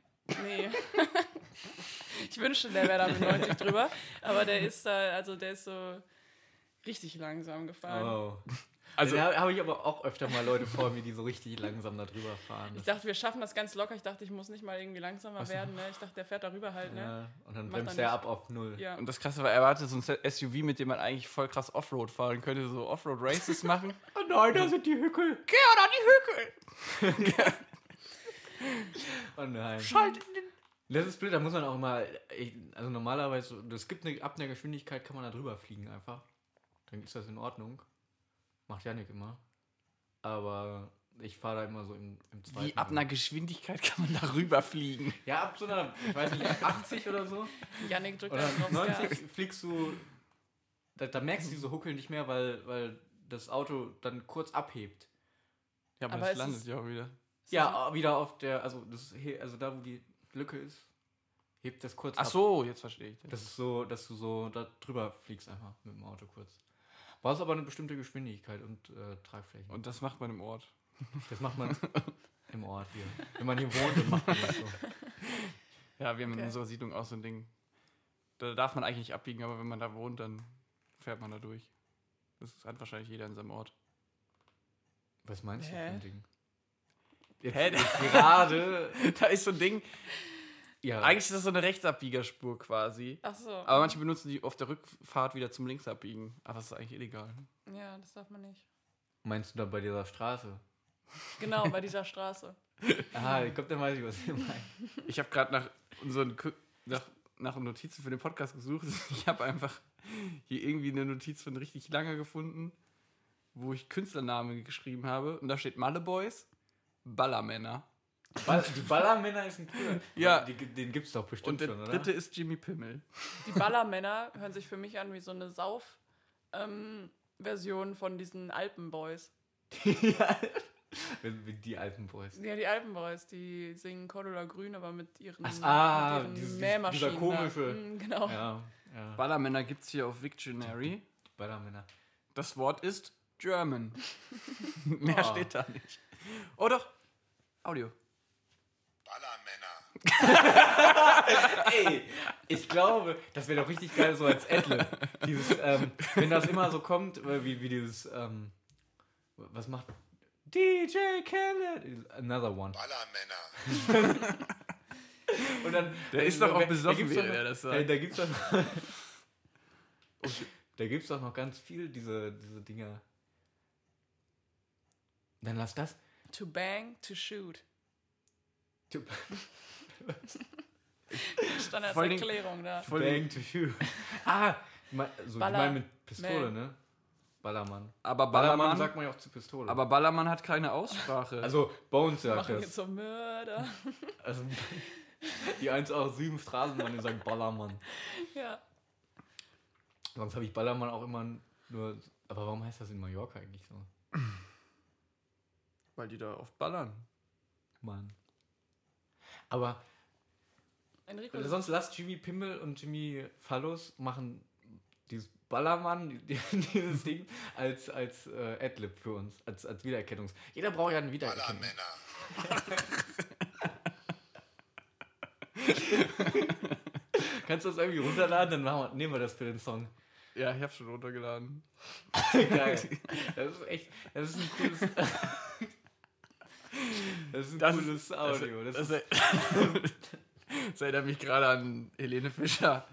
nee. ich wünschte, der wäre da mit 90 drüber. Aber der ist da, also der ist so richtig langsam gefahren. Oh. Also Also, da habe ich aber auch öfter mal Leute vor mir, die so richtig langsam da drüber fahren. Ich dachte, wir schaffen das ganz locker. Ich dachte, ich muss nicht mal irgendwie langsamer werden. Ne? Ich dachte, der fährt darüber halt, ne? ja, und dann Macht bremst er er nicht. ab auf null. Ja. und das Krasse war, er hatte so ein SUV, mit dem man eigentlich voll krass Offroad fahren könnte, so Offroad-Races machen. Oh nein, da sind die Hückel. Geh an die Hügel! Oh nein. Schalt Das ist blöd, da muss man auch mal, also normalerweise, das gibt eine, ab einer Geschwindigkeit kann man da drüber fliegen einfach. Dann ist das in Ordnung. Macht Janik immer. Aber ich fahre da immer so im, im zweiten. Wie ab einer Geschwindigkeit kann man darüber fliegen? Ja, ab so einer, ich weiß nicht, 80 oder so. Janik drückt Oder einfach aufs Gas. 90 fliegst du, da, da merkst du diese Huckel nicht mehr, weil, weil das Auto dann kurz abhebt. Ja, aber, Aber das es landet ist- ja auch wieder. Ja, wieder auf der, also, das, he- also da, wo die Lücke ist, hebt das kurz Ach ab. so, jetzt verstehe ich. Das. Das ist so, dass du so da drüber fliegst einfach mit dem Auto kurz. Brauchst aber eine bestimmte Geschwindigkeit und äh, Tragflächen. Und das macht man im Ort. das macht man im Ort hier. Wenn man hier wohnt, dann macht man das so. Ja, wir haben in Okay. unserer Siedlung auch so ein Ding. Da darf man eigentlich nicht abbiegen, aber wenn man da wohnt, dann fährt man da durch. Das hat wahrscheinlich jeder in seinem Ort. Was meinst du Hä? für ein Ding? Jetzt, Hä? jetzt gerade. da ist so ein Ding. Ja, Eigentlich ist das so eine Rechtsabbiegerspur quasi. Ach so. Aber manche benutzen die auf der Rückfahrt wieder zum Linksabbiegen. Aber das ist eigentlich illegal. ja, das darf man nicht. meinst du da bei dieser Straße? Genau, bei dieser Straße. Ah, ich glaube, dann weiß ich, was ihr meint. Ich habe gerade nach unseren Kü- nach, nach Notizen für den Podcast gesucht. Ich habe einfach hier irgendwie eine Notiz von richtig lange gefunden, wo ich Künstlernamen geschrieben habe. Und da steht Malleboys, Ballermänner. Ball, die Ballermänner ist ein cooler. Ja. Die, den gibt's doch bestimmt Und der schon, oder? dritte ist Jimmy Pimmel. Die Ballermänner hören sich für mich an wie so eine Sauf-Version von diesen Alpenboys. ja. Wenn- wenn Die Alpenboys. Oh. Ja, die Alpenboys, die singen Cordula Grün, aber mit ihren, Ach, ah, mit ihren dieses- dieses- Mähmaschinen. dieser komische. da. Mm, genau. Ja, ja. Ballermänner gibt es hier auf Victionary. Ballermänner. Das Wort ist German. Mehr Ah. steht da nicht. Oh doch, Audio. Ballermänner. Ey, ich glaube, das wäre doch richtig geil so als Adlib. Dieses, ähm, wenn das immer so kommt, äh, wie, wie dieses, ähm, was macht DJ Khaled? Dieses Another one. Ballermänner. Und dann, Der ist also, doch auch wenn- besoffen, gibt's doch während noch- er das sagt. Da, da gibt's doch Da gibt's doch noch ganz viel diese, diese Dinger. Dann lass das. To bang, to shoot. Standards Vor allen Dingen- Erklärung da. Voll Bang to shoot. Ah, ma- so, Baller- ich meine mit Pistole, Man. ne? Ballermann. Aber Ballermann. Ballermann, sagt man ja auch zu Pistole. aber Ballermann hat keine Aussprache. also Bones sagt Machen das. jetzt so Mörder. Also, Die 187 Straßenbahn, die sagt Ballermann. Ja. Sonst habe ich Ballermann auch immer nur. Aber warum heißt das in Mallorca eigentlich so? Weil die da oft ballern. Mann. Aber Enrico, Oder sonst lasst Jimmy Pimmel und Jimmy Fallos machen dieses Ballermann, die- dieses Ding, als, als äh, Adlib für uns, als, als Wiedererkennungs. Jeder braucht ja einen aller Wiedererkennungs. Männer, Kannst du das irgendwie runterladen, dann machen wir, nehmen wir das für den Song. Ja, ich habe schon runtergeladen. Geil. Das ist echt, das ist ein cooles. Das ist ein Das ist- cooles Audio. Oh, Das, Das, ist, das, das erinnert mich gerade an Helene Fischer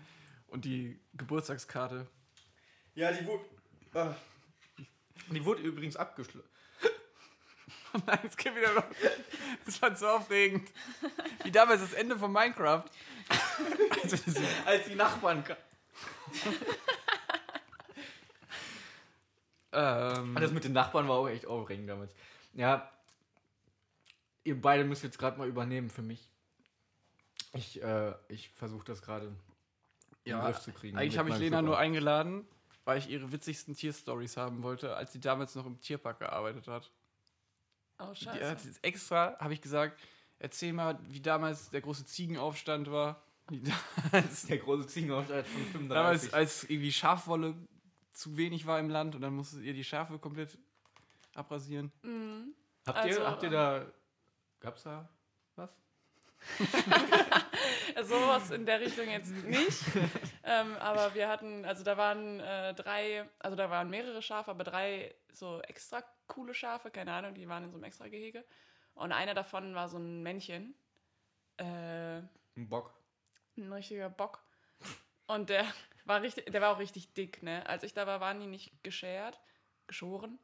und die Geburtstagskarte. ja, die wurde. ah. Die wurde übrigens abgeschlossen. Nein, es geht wieder los. Das war so aufregend. Wie damals das Ende von Minecraft. Also, das ist- Als die Nachbarn kamen. ähm, Ah, Das mit den Nachbarn war auch echt aufregend damals. Ja, ihr beide müsst jetzt gerade mal übernehmen für mich. Ich, äh, ich versuche das gerade in den ja, Griff zu kriegen. eigentlich mit habe ich meinem Lena Club nur auch. eingeladen, weil ich ihre witzigsten Tierstories haben wollte, als sie damals noch im Tierpark gearbeitet hat. oh, Die scheiße. hat jetzt extra, habe ich gesagt, erzähl mal, wie damals der große Ziegenaufstand war. Wie damals, Der große Ziegenaufstand von damals, 35. als irgendwie Schafwolle zu wenig war im Land und dann musstet ihr die Schafe komplett abrasieren. Mhm. habt, also- ihr, habt ihr da. Gab's da was? Also sowas in der Richtung jetzt nicht. ähm, aber wir hatten, also da waren äh, drei, also da waren mehrere Schafe, aber drei so extra coole Schafe, keine Ahnung, die waren in so einem extra Gehege. Und einer davon war so ein Männchen. Äh, Ein Bock. ein richtiger Bock. Und der war richtig, der war auch richtig dick, ne? Als ich da war, waren die nicht geschert, geschoren.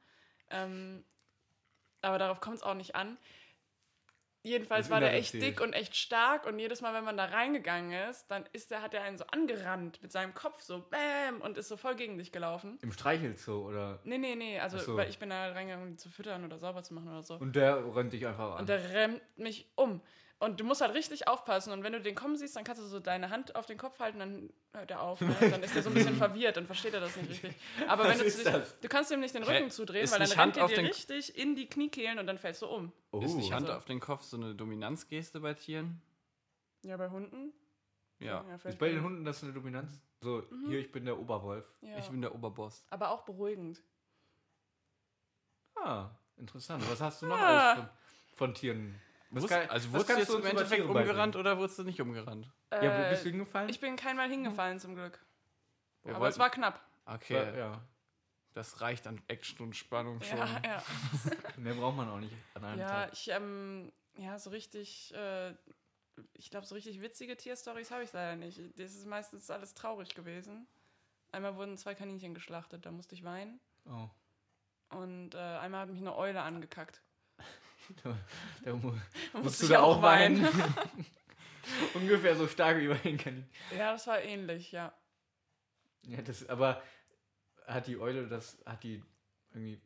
Ähm, aber darauf kommt es auch nicht an. Jedenfalls Das war der Innere echt zählt. dick und echt stark und jedes Mal, wenn man da reingegangen ist, dann ist der, hat er einen so angerannt mit seinem Kopf so bäm und ist so voll gegen dich gelaufen. Im Streichelzoo oder. Nee, nee, nee, also Ach so. weil ich bin da reingegangen, um die zu füttern oder sauber zu machen oder so. Und der rennt dich einfach an. Und der rennt mich um. Und du musst halt richtig aufpassen. Und wenn du den kommen siehst, dann kannst du so deine Hand auf den Kopf halten, dann hört er auf. Ne? Dann ist er so ein bisschen verwirrt, dann versteht er das nicht richtig. Aber Was wenn du, ist dich, das? du kannst ihm nicht den Rücken Hä? zudrehen, Ist weil dann nicht rennt Hand er auf dir den- richtig in die Kniekehlen und dann fällst du um. oh, Ist nicht Hand Also- auf den Kopf so eine Dominanzgeste bei Tieren? Ja, bei Hunden? Ja. also ist bei den Hunden das eine Dominanz? So, Mhm. hier, ich bin der Oberwolf. Ja. Ich bin der Oberboss. Aber auch beruhigend. Ah, interessant. Was hast du noch Ah. alles von, von Tieren? Was Wurst- kann- also was wurdest du kannst jetzt im uns über Endeffekt Tiere beibringen? umgerannt oder wurdest du nicht umgerannt? Ja, wo Äh, bist du hingefallen? ich bin keinmal hingefallen zum Glück. Wir Aber es wollten- war knapp. okay, Ja, das reicht an Action und Spannung schon. Ja, ja. mehr braucht man auch nicht an einem Ja, Tag. ich, ähm, ja, so richtig, äh, ich glaube, so richtig witzige Tierstories habe ich leider nicht. Das ist meistens alles traurig gewesen. Einmal wurden zwei Kaninchen geschlachtet, da musste ich weinen. Oh. Und äh, einmal hat mich eine Eule angekackt. Da mu Da musst musste du ich da auch weinen. Ungefähr so stark wie bei den Kaninchen. Ja, das war ähnlich, ja. Ja, das, aber hat die Eule das, hat die irgendwie.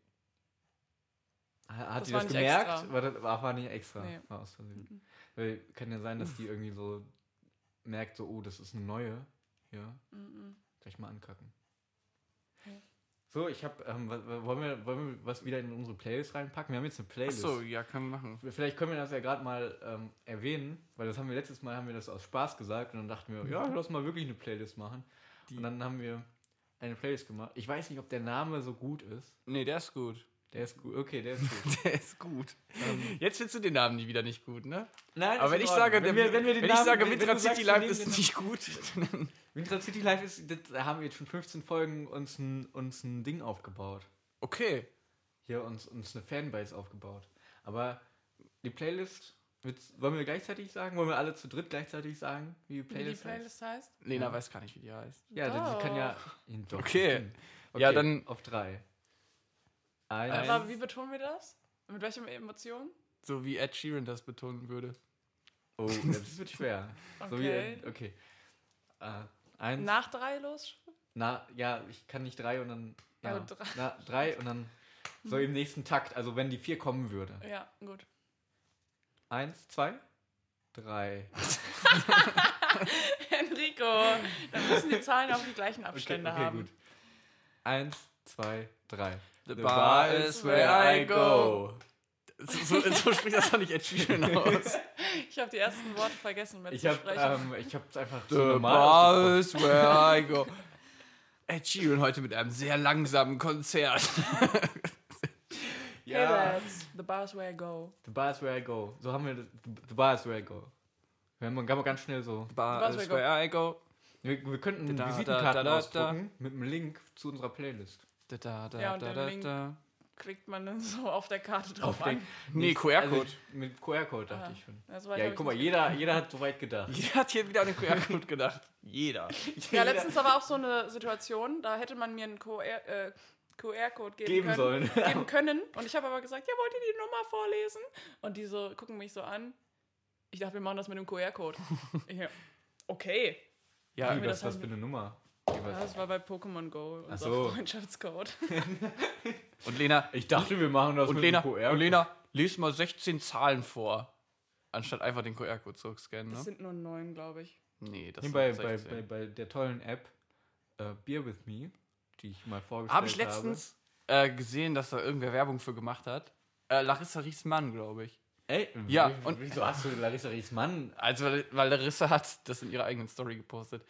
Ha- Hat Das die war das nicht gemerkt? extra. War, das, war, war nicht extra. Nee. Mhm. War aus Versehen. Weil kann ja sein, dass die irgendwie so merkt, so, oh, das ist eine neue. Ja. Mhm. Gleich mal ankacken. Ja. So, ich habe, ähm, wa- wa- wollen, wir, wollen wir was wieder in unsere Playlist reinpacken? Wir haben jetzt eine Playlist. Achso, ja, können wir machen. Wir- Vielleicht können wir das ja gerade mal ähm, erwähnen, weil das haben wir letztes Mal haben wir das aus Spaß gesagt und dann dachten wir, ja, lass mal wirklich eine Playlist machen. und dann haben wir eine Playlist gemacht. Ich weiß nicht, ob der Name so gut ist. Nee, der ist gut. Der ist gut. Okay, der ist gut. Der ist gut. Jetzt findest du den Namen nie wieder nicht gut, ne? Nein, Aber wenn ich sage, wenn, wenn, wir, wenn, wir den ich Namen- sage, wenn- wenn Windrad du sagst, City wir Live nehmen ist den- nicht gut, dann Windrad City Live ist, das- da haben wir jetzt schon 15 Folgen uns ein, uns ein Ding aufgebaut. okay. Hier uns, uns eine Fanbase aufgebaut. Aber die Playlist, wird's- wollen wir gleichzeitig sagen? Wollen wir alle zu dritt gleichzeitig sagen, wie die Wie die Playlist, heißt? Playlist heißt? Lena Ja. weiß gar nicht, wie die heißt. Ja, denn sie kann ja. Doch, Okay. stimmt. Ja, dann- Auf drei. Eins. Eins. Aber wie betonen wir das? Mit welchen Emotionen? So wie Ed Sheeran das betonen würde. Oh, das wird schwer. So Okay. wie, okay. Äh, eins. Na. Nach drei los? ja, ich kann nicht drei und dann. Ja, Also drei. Na, drei und dann. So im nächsten Takt, also wenn die vier kommen würde. Ja, gut. Eins, zwei. Drei. Enrico, dann müssen die Zahlen auch die gleichen Abstände haben. Eins, zwei, drei. The bar is where I go. So, so, so spricht das doch nicht Ed Sheeran aus. Ich habe die ersten Worte vergessen um Ich habe mitzusprechen. ähm, ich hab's einfach The so normal bar is where I go. Ed Sheeran heute mit einem sehr langsamen Konzert. ausgesprochen. Hey, Ja. that's the bars where I go. The bar is where I go. So haben wir das. The bar is where I go. Wir haben kann man ganz schnell so. Bar is where I go. Wir, wir könnten Da, da, Visitenkarten da, da, da. ausdrucken mit einem Link zu unserer Playlist. Da, da, da, Ja, und da, den da, Link. da. Klickt man dann so auf der Karte drauf Auf an. Nee, QR-Code. Also mit QR-Code dachte Ah, ich schon. Das war, Ja, glaub ich, guck mal, nicht- jeder, jeder hat so weit gedacht. Jeder hat hier wieder an den QR-Code gedacht. Jeder. Ja, letztens war auch so eine Situation, da hätte man mir einen QR, äh, QR-Code geben, Geben können, sollen. geben können. Und ich habe aber gesagt, ja, wollt ihr die Nummer vorlesen? Und die so gucken mich so an. Ich dachte, wir machen das mit dem QR-Code. Ich ja, okay. Ja, Wie, wir was ist das das für haben- eine Nummer? Ja, Das war bei Pokémon Go, unser Ach so. Freundschaftscode. Und Lena, Ich dachte, wir machen das und mit Lena, einem QR. und Lena, les mal 16 Zahlen vor. Anstatt einfach den QR-Code zurückscannen, Das ne? sind nur neun, glaube ich. Nee, das Nee, sind bei, bei, 16. bei, bei der tollen App äh, Beer with Me, die ich mal vorgestellt habe. Habe ich letztens äh, gesehen, dass da irgendwer Werbung für gemacht hat. Äh, Larissa Riesmann, glaube ich. Ey, Ja, wie- und- wieso hast du Larissa Riesmann Also, weil, weil Larissa hat das in ihrer eigenen Story gepostet.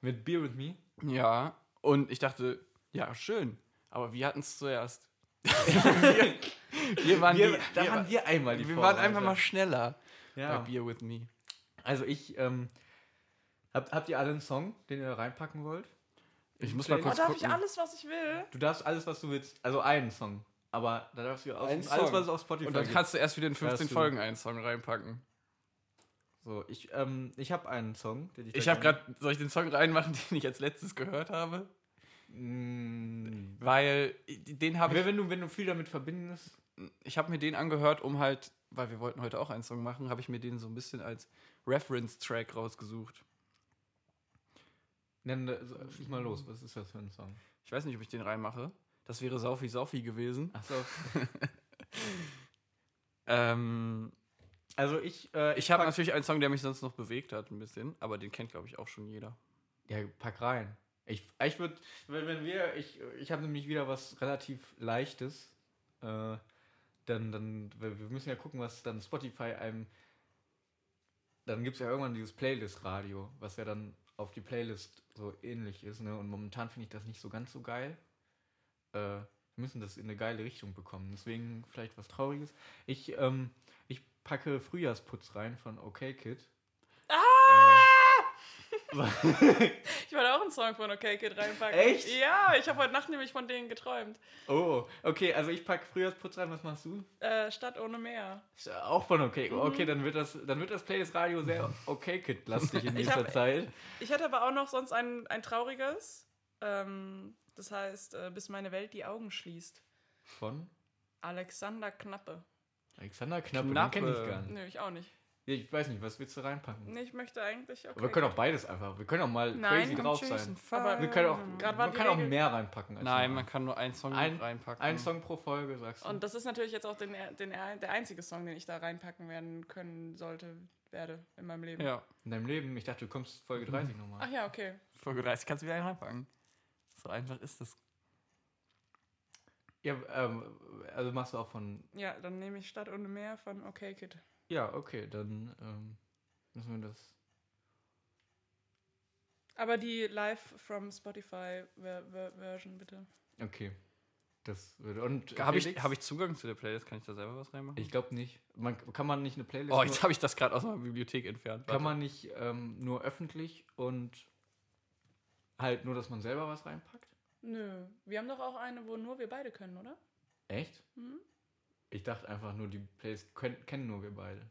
mit Beer with Me? Ja, und ich dachte, ja, schön. Aber wir hatten es zuerst. wir, wir waren, Wir, die, da wir, waren wir einmal die wir waren Vorreiter. einfach mal schneller ja. bei Beer With Me. Also ich, ähm, habt, habt ihr alle einen Song, den ihr reinpacken wollt? Ich In muss die mal Oh, kurz Playlist? darf ich gucken. alles, was ich will? Du darfst alles, was du willst. Also einen Song. Aber da darfst du aus, Einen alles, Song. was es auf Spotify Und dann gibt. kannst du erst wieder in 15 Hast du- Folgen einen Song reinpacken. So, ich, ähm, ich habe einen Song, den ich. Ich da habe gerne- gerade, soll ich den Song reinmachen, den ich als letztes gehört habe? Mm, Weil i- den habe wenn, ich, wenn du, wenn du viel damit verbindest. ich habe mir den angehört, um halt, weil wir wollten heute auch einen Song machen, habe ich mir den so ein bisschen als Reference-Track rausgesucht. Nenn, äh, so, schließ mal los, was ist das für ein Song? Ich weiß nicht, ob ich den reinmache. Das wäre Saufi Saufi gewesen. Achso. Ähm, Also ich. Äh, ich habe pack, natürlich einen Song, der mich sonst noch bewegt hat, ein bisschen, aber den kennt, glaube ich, auch schon jeder. Ja, pack rein. Ich, ich würde. Wenn, wenn wir. Ich, ich habe nämlich wieder was relativ Leichtes. Äh, dann, dann. weil Wir müssen ja gucken, was dann Spotify einem. Dann gibt es ja irgendwann dieses Playlist-Radio, was ja dann auf die Playlist so ähnlich ist. Ne? Und momentan finde ich das nicht so ganz so geil. Äh, wir müssen das in eine geile Richtung bekommen. Deswegen vielleicht was Trauriges. Ich, ähm, ich packe Frühjahrsputz rein von OK Kid. Äh, Ich wollte auch einen Song von OK Kid reinpacken. Echt? Ja, ich habe heute Nacht nämlich von denen geträumt. Oh, okay, also ich packe Frühjahrsputz rein, was machst du? Äh, Stadt ohne Meer. Ist ja Auch von okay. Mhm. Okay, dann wird das, dann wird das Playlist Radio sehr okay kid lastig in Ich nächster hab- Zeit. Ich hätte aber auch noch sonst ein, ein trauriges. Ähm, das heißt, äh, bis meine Welt die Augen schließt. Von Alexander Knappe. Alexander Knappe, den Knappe. kenne ich gar nicht. Nö, ich auch nicht. Ich weiß nicht, was willst du reinpacken? Nee, ich möchte eigentlich auch. Aber wir können auch beides einfach. Wir können auch mal Nein, crazy drauf sein. Aber- Wir können auch, Gerade war man die kann auch Regel- mehr reinpacken. als Nein, nur man kann nur einen Song Ein- reinpacken. einen Song pro Folge, sagst du. Und das ist natürlich jetzt auch den, den, der einzige Song, den ich da reinpacken werden können sollte, werde in meinem Leben. Ja, in deinem Leben, ich dachte, du kommst Folge 30 nochmal. Mhm. Ach ja, okay. Folge 30 kannst du wieder einen reinpacken. So einfach ist das. Ja, ähm, also machst du auch von. Ja, dann nehme ich Stadt ohne Meer von OK Kid. Ja, okay, dann ähm, müssen wir das. Aber die live from Spotify Ver Ver Version bitte. Okay. Das würde. Und Habe ich, Felix? hab ich Zugang zu der Playlist? Kann ich da selber was reinmachen? Ich glaube nicht. Man, kann man nicht eine Playlist. oh, nur, jetzt habe ich das gerade aus meiner Bibliothek entfernt. kann Warte. man nicht ähm, nur öffentlich und halt nur, dass man selber was reinpackt? Nö, wir haben doch auch eine, wo nur wir beide können, oder? Echt? Mhm. Ich dachte einfach nur, die Playlist können, kennen nur wir beide.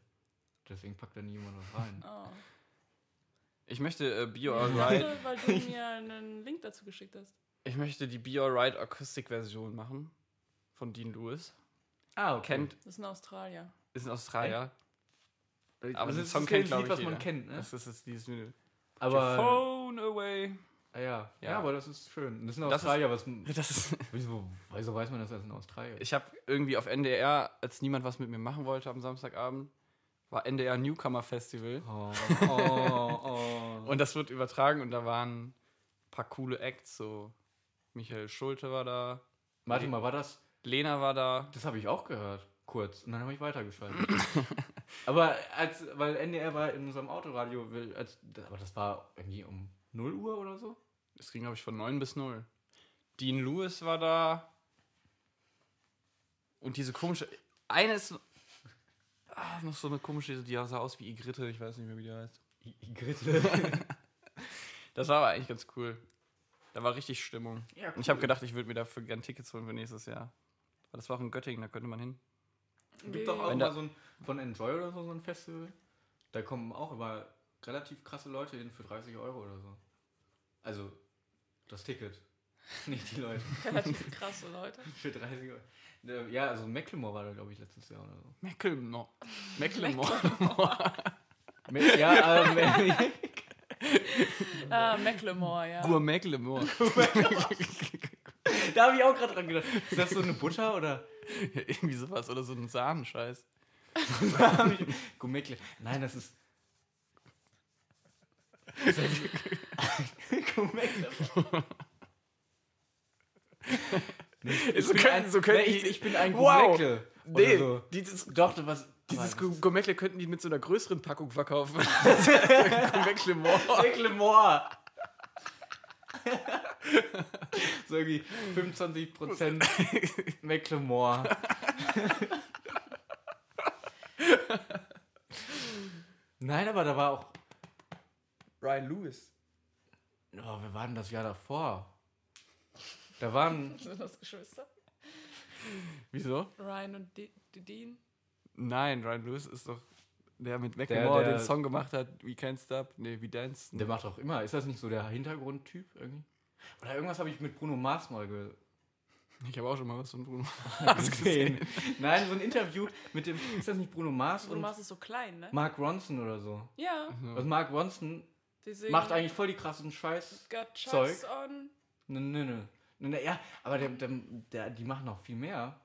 Deswegen packt da niemand was rein. Oh. Ich möchte äh, Be Ich Alright. dachte, weil du mir einen Link dazu geschickt hast. ich möchte die Be Alright Akustik-Version machen. Von Dean Lewis. Ah, Kennt, Das ist ein Australier. ist ein Australier. Aber das den ist Song ein kennt, Lied, glaub ich, was man jeder. kennt, ne? Das ist jetzt dieses Menü. Aber. phone away. Ja, ja. Ja. aber das ist schön. Das ist ein Das ist- Australier, was. Das ist, Wieso, wieso weiß man, dass das ein Australier ist? ich habe irgendwie auf NDR, als niemand was mit mir machen wollte am Samstagabend, war NDR Newcomer Festival. Oh, oh, oh. Und das wird übertragen und da waren ein paar coole Acts. So Michael Schulte war da, Warte mal, war das? Lena war da. Das habe ich auch gehört, kurz. Und dann habe ich weitergeschaltet. aber als, weil NDR war in unserem Autoradio, will- als, aber das war irgendwie um 0 Uhr oder so. Es ging, glaube ich, von 9 bis 0. Dean Lewis war da. Und diese komische. Eine ist. Ah, noch so eine komische, die sah aus wie Igritte, ich weiß nicht mehr, wie die heißt. I- Igritte. Das war aber eigentlich ganz cool. Da war richtig Stimmung. Ja, Und ich habe gedacht, ich würde mir dafür gern Tickets holen für nächstes Jahr. Aber das war auch in Göttingen, da könnte man hin. Gibt doch auch Wenn da- mal so ein, von Enjoy oder so, so ein Festival. Da kommen auch immer relativ krasse Leute hin für 30 Euro oder so. Also, das Ticket. Nicht die Leute. Relativ krasse Leute. Für 30 Euro. Ne, Ja, also Mecklemore war da, glaube ich, letztes Jahr oder so. Mecklenburg. Mecklenburg. Me ja, ähm, Ah, Macklemore, ja. Gur Mecklenburg. da habe ich auch gerade dran gedacht. Ist das so eine Butter oder? Irgendwie sowas oder so ein Sahnenscheiß. Gummikle. Nein, das ist. So könnten, so könnten Nee, ich, die- ich bin ein Wow. Gummikle. Nee, Oder so. dieses, Doch, was. dieses aber das Gur- Gourmetle könnten die mit so einer größeren Packung verkaufen. Gourmetlemore. ist Mecklemore. so irgendwie 25% Mecklemore. Nein, aber da war auch. Ryan Lewis. Oh, wir waren das Jahr davor. Da waren. Sind das Geschwister? Wieso? Ryan und Di- Di- Dean. Nein, Ryan Lewis ist doch der mit Mecklenburg der- den Song gemacht hat, We Can't Stop, nee, We Dance. Der macht auch immer. Ist das nicht so der Hintergrundtyp irgendwie? Oder irgendwas habe ich mit Bruno Mars mal ge Ich habe auch schon mal was von Bruno Mars gesehen. gesehen. Nein, so ein Interview mit dem. Ist das nicht Bruno Mars Du und machst es so klein, ne? Mark Ronson oder so? Ja. Also Mark Ronson Die singen macht eigentlich voll die krassen Scheiß. Got Zeug. Chucks on. Nö, nö, nö. nö. nö, Ja, aber der, der, der, die machen noch viel mehr.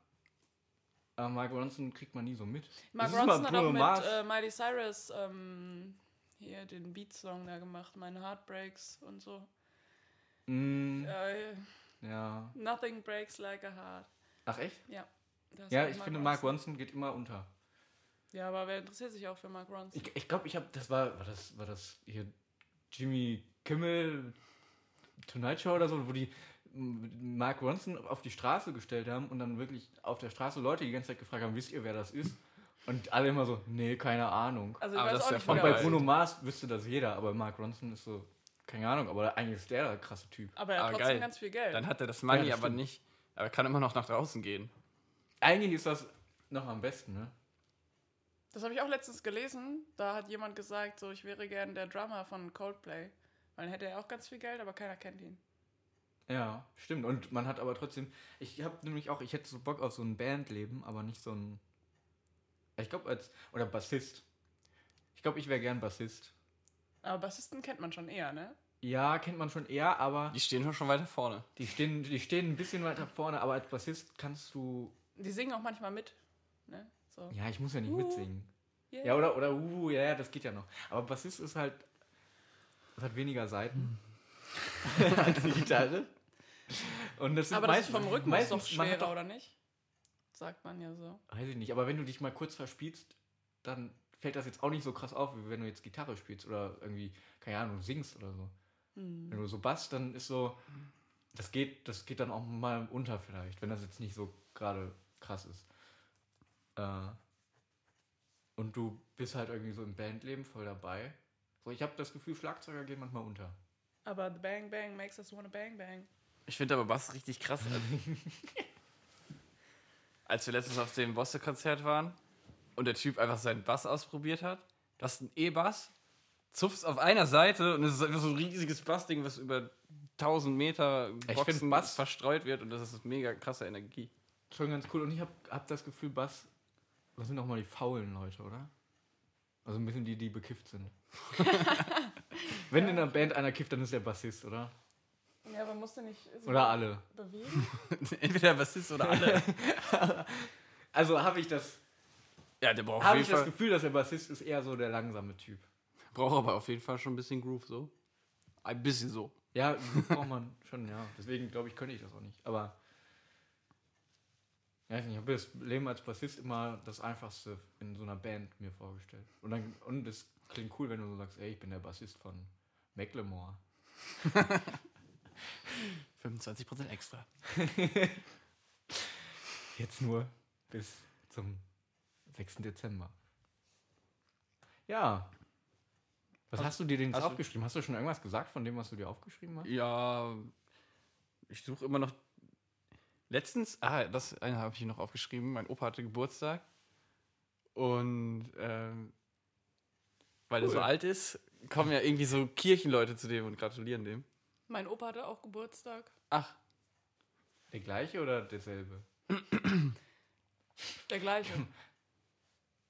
Aber Mark Ronson kriegt man nie so mit. Mark Das ist mal Ronson hat auch Bruno mit Mars. äh, Miley Cyrus ähm, hier den Beat-Song da gemacht, meine Heartbreaks und so. Mm, Äh, ja. nothing breaks like a heart. Ach echt? Ja. das Ja, hat ich finde Mark Ronson geht immer unter. Ja, aber wer interessiert sich auch für Mark Ronson? Ich, ich glaube, ich habe, das war, war das, war das hier Jimmy Kimmel Tonight Show oder so, wo die m, Mark Ronson auf die Straße gestellt haben und dann wirklich auf der Straße Leute die ganze Zeit gefragt haben, wisst ihr, wer das ist? Und alle immer so, nee, keine Ahnung. Also ich Aber weiß das auch ist ja nicht, voll Und wer bei das ist. Bruno Mars wüsste das jeder, aber Mark Ronson ist so, keine Ahnung, aber eigentlich ist der der krasse Typ. Aber er Ah, hat trotzdem geil. ganz viel Geld. Dann hat er das Money Ja, das aber stimmt. nicht. Aber er kann immer noch nach draußen gehen. Eigentlich ist das noch am besten, ne? Das habe ich auch letztens gelesen. Da hat jemand gesagt, so ich wäre gern der Drummer von Coldplay. Weil dann hätte er auch ganz viel Geld, aber keiner kennt ihn. Ja, stimmt. Und man hat aber trotzdem, ich habe nämlich auch, ich hätte so Bock auf so ein Bandleben, aber nicht so ein, ich glaube als, oder Bassist. Ich glaube, ich wäre gern Bassist. Aber Bassisten kennt man schon eher, ne? Ja, kennt man schon eher, aber Die stehen schon weiter vorne. die stehen, die stehen ein bisschen weiter vorne, aber als Bassist kannst du, Die singen auch manchmal mit. Ne? So. ja, ich muss ja nicht Uh, mitsingen. yeah. Ja, oder, oder, uh, ja, ja, das geht ja noch. Aber Bassist ist halt, es hat weniger Seiten als die Gitarre. Und das ist aber das ist meistens- vom Rhythmus meistens- doch man hat schwerer, oder nicht? Sagt man ja so. Weiß ich nicht, aber wenn du dich mal kurz verspielst, dann fällt das jetzt auch nicht so krass auf, wie wenn du jetzt Gitarre spielst oder irgendwie, keine Ahnung, singst oder so. Wenn du so bass, dann ist so, das geht, das geht dann auch mal unter vielleicht, wenn das jetzt nicht so gerade krass ist. Äh, und du bist halt irgendwie so im Bandleben voll dabei. So, ich habe das Gefühl, Schlagzeuger gehen manchmal unter. Aber the bang bang makes us wanna bang bang. Ich finde aber Bass richtig krass. Als wir letztens auf dem Bosse-Konzert waren und der Typ einfach seinen Bass ausprobiert hat, du hast einen E-Bass, zupfst auf einer Seite und es ist einfach so ein riesiges Bassding, was über 1000 Meter Ich Boxen find Bass- verstreut wird und das ist mega krasse Energie. Schon ganz cool. Und ich habe hab das Gefühl, Bass, das sind auch mal die faulen Leute, oder? Also ein bisschen die, die bekifft sind. Wenn in einer Band einer kifft, dann ist der Bassist, oder? Ja, aber musst du nicht sich Oder alle. bewegen? Entweder Bassist oder alle. Also habe ich das. Ja, der braucht auf Habe jeden ich das Fall. Gefühl, dass der Bassist ist eher so der langsame Typ. Braucht aber auf jeden Fall schon ein bisschen Groove so. Ein bisschen so. Ja, gut braucht man schon, ja. Deswegen glaube ich, könnte ich das auch nicht. Aber ja, ich weiß nicht, ich habe das Leben als Bassist immer das Einfachste in so einer Band mir vorgestellt. Und dann und es klingt cool, wenn du so sagst, ey, ich bin der Bassist von Macklemore. 25% extra. Jetzt nur bis zum 6. Dezember. Ja. Was hast du dir denn jetzt hast du- aufgeschrieben? Hast du schon irgendwas gesagt von dem, was du dir aufgeschrieben hast? Ja, ich suche immer noch. Letztens, ah, das eine habe ich hier noch aufgeschrieben. Mein Opa hatte Geburtstag. Und ähm, weil er so Cool. alt ist, kommen ja irgendwie so Kirchenleute zu dem und gratulieren dem. Mein Opa hatte auch Geburtstag. Ach, Der gleiche oder derselbe? Der gleiche.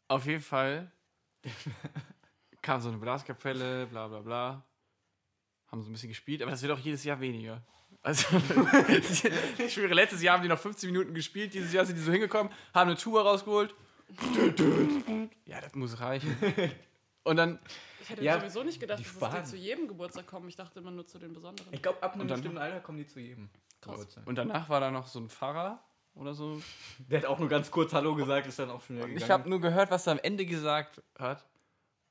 auf jeden Fall kam so eine Blaskapelle, bla bla bla. Haben so ein bisschen gespielt, aber das wird auch jedes Jahr weniger. Also, ich schwöre, letztes Jahr haben die noch 15 Minuten gespielt, dieses Jahr sind die so hingekommen, haben eine Tuba rausgeholt. Ja, das muss reichen. Und dann, Ich hätte Ja, sowieso nicht gedacht, die dass Sparen. es die zu jedem Geburtstag kommen. Ich dachte immer nur zu den besonderen. Ich glaube, ab einem dann- bestimmten Alter kommen die zu jedem. Krass. Geburtstag. und danach war da noch so ein Pfarrer oder so. Der hat auch nur ganz kurz Hallo gesagt, ist dann auch schon wieder Ich habe nur gehört, was er am Ende gesagt hat.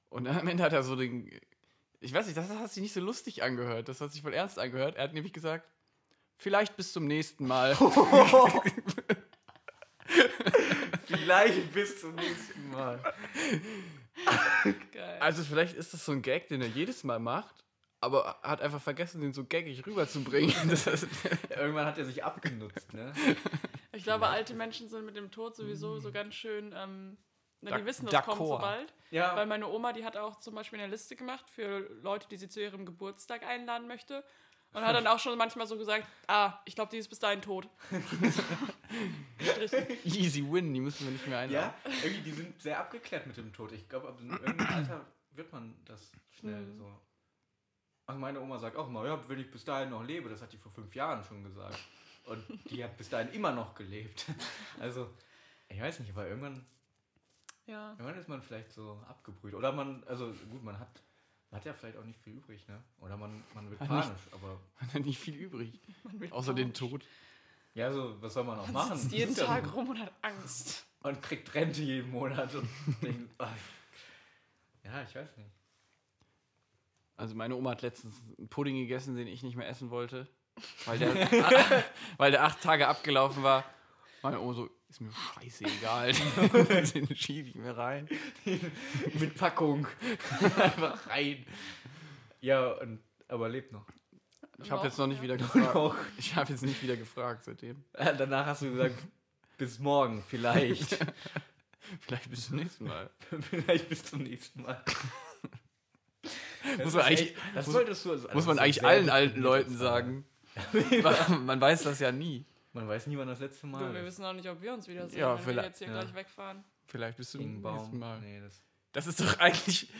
Und am Ende hat er so den. Ich weiß nicht, das hat sich nicht so lustig angehört. Das hat sich wohl ernst angehört. Er hat nämlich gesagt, vielleicht bis zum nächsten Mal. Vielleicht bis zum nächsten Mal. Geil. Also vielleicht ist das so ein Gag, den er jedes Mal macht, aber er hat einfach vergessen, den so gaggig rüberzubringen. Das heißt, Irgendwann hat er sich abgenutzt, ne? ich glaube, alte Menschen sind mit dem Tod Mm. sowieso so ganz schön. Ähm, na, D'ac- die wissen, das kommt so d'accord. bald. Ja. Weil meine Oma, die hat auch zum Beispiel eine Liste gemacht für Leute, die sie zu ihrem Geburtstag einladen möchte. Und hat dann auch schon manchmal so gesagt, ah, ich glaube, die ist bis dahin tot. Strich. easy win, die müssen wir nicht mehr Genau. einladen. ja, irgendwie, die sind sehr abgeklärt mit dem Tod. Ich glaube, ab irgendeinem Alter wird man das schnell Mhm. so. Also meine Oma sagt auch immer, ja, wenn ich bis dahin noch lebe, das hat die vor fünf Jahren schon gesagt. Und die hat bis dahin immer noch gelebt. Also, ich weiß nicht, aber irgendwann Ja. Irgendwann ist man vielleicht so abgebrüht. Oder man, also gut, man hat, man hat ja vielleicht auch nicht viel übrig, ne? Oder man, man wird Hat nicht- panisch, aber. Man hat nicht viel übrig. Außer den Tod. Ja, so, was soll man auch Man machen? sitzt jeden Dann- Tag rum und hat Angst. Man kriegt Rente jeden Monat und denkt, ach, ja, ich weiß nicht. Also meine Oma hat letztens einen Pudding gegessen, den ich nicht mehr essen wollte, weil der, weil der acht Tage abgelaufen war. Meine Oma so, ist mir scheißegal, den schiebe ich mir rein. Mit Packung. Einfach rein. Ja, und, aber lebt noch. Ich habe jetzt noch nicht wieder gefragt. Noch. Ich habe jetzt nicht wieder gefragt seitdem. Äh, Danach hast du gesagt, bis morgen, vielleicht. Vielleicht bis zum nächsten Mal. vielleicht bis zum nächsten Mal. Das Muss man ist eigentlich- echt- das muss- solltest du, also, Muss das man ist ein eigentlich sehr allen alten deprimiertes Leuten Verhalten. sagen. Man man weiß das ja nie. Man weiß nie, wann das letzte Du, Mal wir ist. wissen auch nicht, ob wir uns wiedersehen, Ja, wenn wir vielleicht- jetzt hier ja. gleich wegfahren. Vielleicht bis zum Gegen den Baum. nächsten Mal. Nee, das Das ist doch eigentlich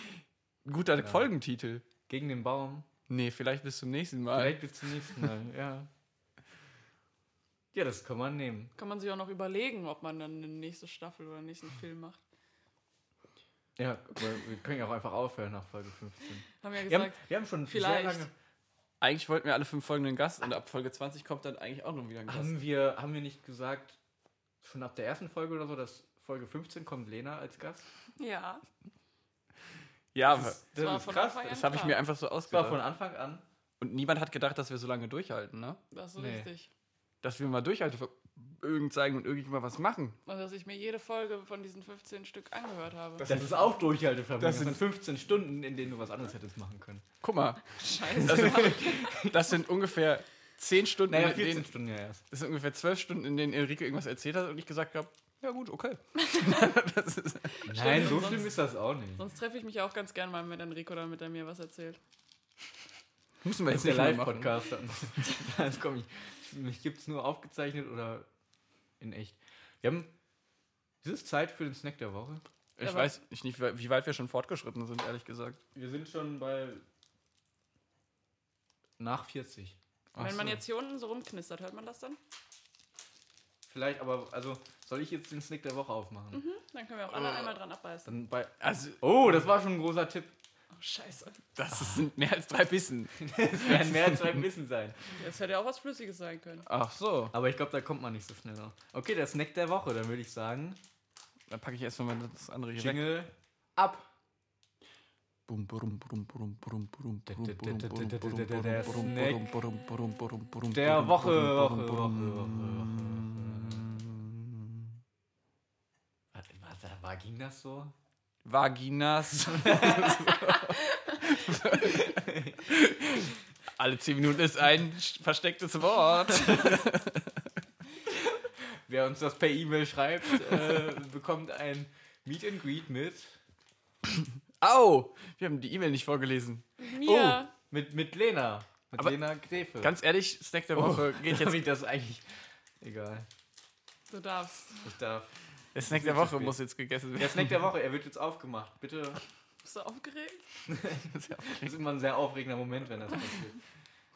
ein guter Folgentitel. gegen den Baum. Nee, vielleicht bis zum nächsten Mal. Vielleicht bis zum nächsten Mal, ja. Ja, das kann man nehmen. Kann man sich auch noch überlegen, ob man dann eine nächste Staffel oder einen nächsten Film macht. Ja, wir, wir können ja auch einfach aufhören nach Folge 15. Haben Wir ja haben, gesagt, wir haben schon vielleicht. sehr lange. Eigentlich wollten wir alle fünf Folgen einen Gast und ab Folge 20 kommt dann eigentlich auch noch wieder ein Gast. Haben wir, haben wir nicht gesagt, schon ab der ersten Folge oder so, dass Folge 15 kommt Lena als Gast? ja, ja, aber das, war ist von krass. Anfang an- Das habe ich klar. mir einfach so war von ausgedacht. Anfang an. Und niemand hat gedacht, dass wir so lange durchhalten, ne? das ist Nee. richtig. Dass wir mal Durchhaltevermögen zeigen und irgendwie mal was machen. Und Also, dass ich mir jede Folge von diesen 15 Stück angehört habe. Das, ist auch Durchhaltevermögen. Das Das sind 15 Stunden, in denen du was anderes hättest machen können. Guck mal, Scheiße. das sind, das sind ungefähr 10 Stunden, Naja, in 14 denen, Stunden ja erst. das sind ungefähr 12 Stunden, in denen Enrique irgendwas erzählt hat und ich gesagt habe, ja gut, okay. das ist, Nein, so sonst- schlimm ist das auch nicht. Sonst treffe ich mich ja auch ganz gern mal mit Enrico, damit er mir was erzählt. müssen wir Das jetzt ist der nicht live machen. Live-Podcast. Das komm ich. Mich gibt es nur aufgezeichnet oder in echt. Wir haben. Es ist Zeit für den Snack der Woche. Ich Aber- weiß ich nicht, wie weit wir schon fortgeschritten sind, ehrlich gesagt. Wir sind schon bei. Nach 40. Ach Wenn man so. jetzt hier unten so rumknistert, hört man das dann? Vielleicht, aber. Also, soll ich jetzt den Snack der Woche aufmachen? Dann können wir auch alle einmal dran abbeißen. Dann bei Also, oh, das war schon ein großer Tipp. Oh, scheiße. das ist- sind mehr als drei Bissen. Das werden mehr als zwei Bissen sein. Das hätte ja auch was Flüssiges sein können. Ach so. Aber ich glaube, da kommt man nicht so schnell auf. Okay, der Snack der Woche, dann würde ich sagen, Dann packe ich erstmal mal das andere hier weg. Jingle ab. Bum, brum, brum, brum, brum, brum, Der- brum, der- der- brum, brum, der- brum, der- brum, der brum, Snack brum, brum, brum, brum, brum, Der brum, Woche, brum, Woche, brum, Woche, brum. Warte, warte, war, ging das so? Vaginas. Alle zehn Minuten ist ein sch- verstecktes Wort. Wer uns das per E-Mail schreibt, äh, bekommt ein Meet and Greet mit. Au! Wir haben die E-Mail nicht vorgelesen. Oh, Mia, mit, mit Lena. Mit Aber Lena Grefe. Ganz ehrlich, Snack der Woche geht jetzt jetzt. ich das eigentlich. Egal, du darfst. ich darf. Der Snack der Woche muss jetzt gegessen Der werden. Snack der Woche, er wird jetzt aufgemacht. Bitte. Bist du aufgeregt? Das ist immer ein sehr aufregender Moment, wenn das passiert.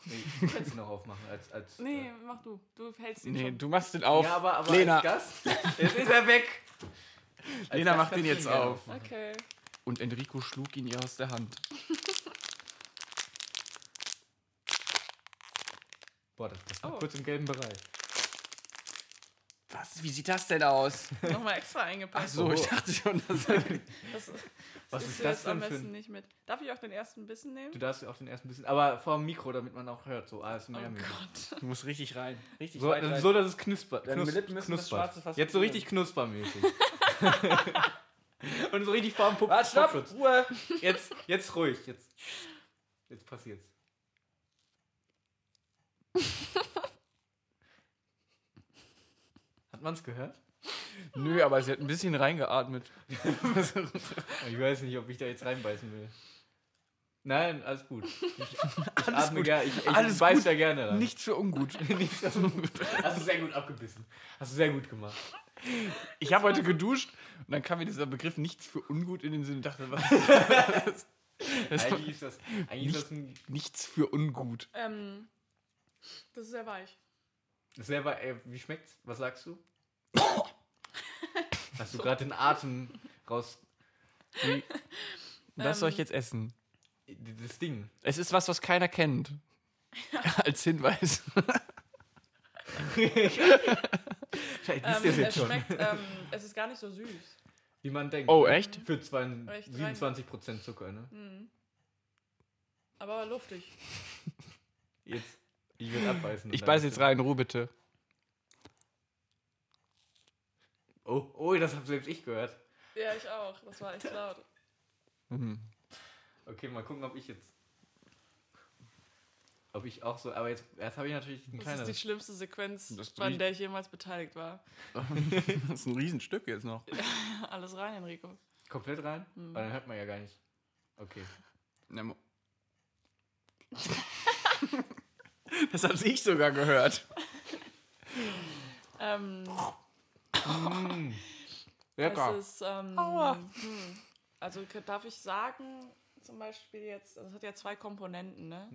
Nee, ich kann sie noch aufmachen als. als äh, Nee, mach du. Du hältst ihn Nee, schon. du machst den auf. Ja, aber, aber Lena, als Gast. Jetzt ist er weg. Als Lena Gast macht kannst den du jetzt gerne auf. aufmachen. Okay. Und Enrico schlug ihn ihr aus der Hand. Boah, das, das war Oh. kurz im gelben Bereich. Was? Wie sieht das denn aus? Nochmal extra eingepackt. So, ich dachte schon, das Das, das Was isst ist du das jetzt am denn für ein- besten nicht mit. Darf ich auch den ersten Bissen Du nehmen? darfst auch den ersten bisschen. Aber vor dem Mikro, damit man auch hört. So ASMR. Oh -mäßig. Gott. Du musst richtig rein. Richtig So, rein. so, dass es knuspert. Deine Knus- Lippen müssen das Schwarze fast Jetzt so berühren. richtig knuspermäßig. Und so richtig vor dem Pup Warte, Ah, stopp! Popschutz. Ruhe! Jetzt, jetzt ruhig. Jetzt, jetzt passiert's. Hat man's gehört? Nö, aber sie hat ein bisschen reingeatmet. Ich weiß nicht, ob ich da jetzt reinbeißen will. Nein, alles gut. Ich, ich atme gerne. Ich, ich Alles beiß gut. da gerne rein. Nichts für ungut. Nichts, das ist gut. Hast du sehr gut abgebissen. Hast du sehr gut gemacht. Ich habe heute geduscht und dann kam mir dieser Begriff nichts für ungut in den Sinn und dachte, was? das Eigentlich ist das, eigentlich ist das ein nichts für ungut. Ähm, das ist sehr weich. Selber, ey, wie schmeckt's? Was sagst du? Hast du gerade den Atem raus. Was Ähm. soll ich jetzt essen? Das Ding. Es ist was, was keiner kennt. Als Hinweis. Vielleicht Ähm, wisst ihr es es jetzt schon. schmeckt, ähm, es ist gar nicht so süß. Wie man denkt. ne? Oh, echt? Für zwei, Recht 27% Zucker, ne? Mhm. Aber luftig. Jetzt. Ich will abbeißen. Ich Dann- beiß jetzt rein, Ruhe bitte. Oh, oh, das habe selbst ich gehört. Ja, ich auch. Das war echt laut. Mhm. Okay, mal gucken, ob ich jetzt. Ob ich auch so. Aber jetzt, jetzt habe ich natürlich ein Das ist die kleines. schlimmste Sequenz, Das riecht- an der ich jemals beteiligt war. Das ist ein Riesenstück jetzt noch. Alles rein, Enrico. Komplett rein? Hm. Weil dann hört man ja gar nicht. Okay. Na, mo- Das habe ich sogar gehört. Ähm, Mm. Lecker. es ist, ähm, hm. also k- darf ich sagen, zum Beispiel jetzt, also es hat ja zwei Komponenten, ne?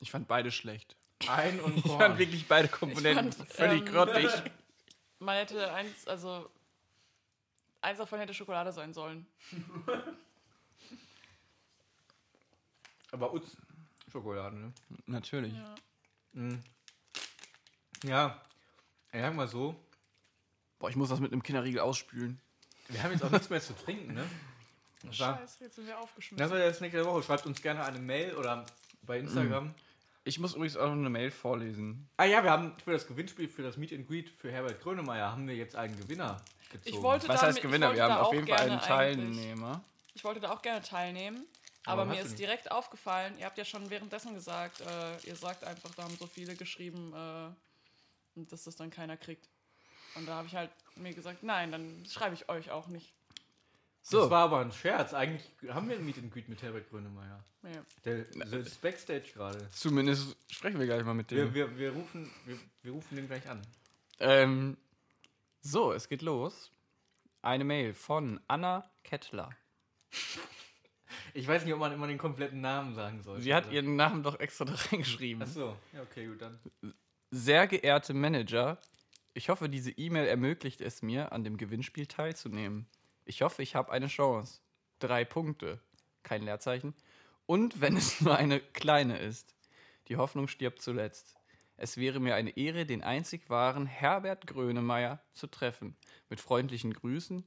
Ich fand beide schlecht. Ein und Ich fand Korn. wirklich beide Komponenten Ich fand, völlig ähm, grottig. Man hätte eins, also eins davon hätte Schokolade sein sollen. Aber Utz. Schokolade, ne? Natürlich. Mm. Ja, ich sag mal so, Boah, ich muss das mit einem Kinderriegel ausspülen. wir haben jetzt auch nichts mehr zu trinken, ne? Das war, Scheiße, jetzt sind wir das aufgeschmissen. war der Snack der Woche. Schreibt uns gerne eine Mail oder bei Instagram. Ich muss übrigens auch noch eine Mail vorlesen. Hm. Ah ja, wir haben für das Gewinnspiel, für das Meet and Greet für Herbert Grönemeyer haben wir jetzt einen Gewinner gezogen. Ich wollte Was heißt damit- ich Gewinner? wollte Wir haben da auf auch jeden Fall einen gerne eigentlich- Teilnehmer. Ich wollte da auch gerne teilnehmen, Aber hast aber, mir du ist nicht. direkt aufgefallen, ihr habt ja schon währenddessen gesagt, äh, ihr sagt einfach, da haben so viele geschrieben, äh, und dass das dann keiner kriegt. Und da habe ich halt mir gesagt, nein, dann schreibe ich euch auch nicht. so. Das war aber ein Scherz. Eigentlich haben wir ein Meet and Greet mit Herbert Grönemeyer. Nee. Der, der ist Backstage gerade. Zumindest sprechen wir gleich mal mit Wir, dem. wir, wir, rufen, wir, wir rufen den gleich an. Ähm, so, es geht los. Eine Mail von Anna Kettler. Ich weiß nicht, ob man immer den kompletten Namen sagen soll. Sie hat ihren Namen doch extra da reingeschrieben. Achso, ja, okay, gut, dann. Sehr geehrte Manager, Ich hoffe, diese E-Mail ermöglicht es mir, an dem Gewinnspiel teilzunehmen. Ich hoffe, ich habe eine Chance. Drei Punkte. Kein Leerzeichen. Und wenn es nur eine kleine ist. Die Hoffnung stirbt zuletzt. Es wäre mir eine Ehre, den einzig wahren Herbert Grönemeyer zu treffen. Mit freundlichen Grüßen,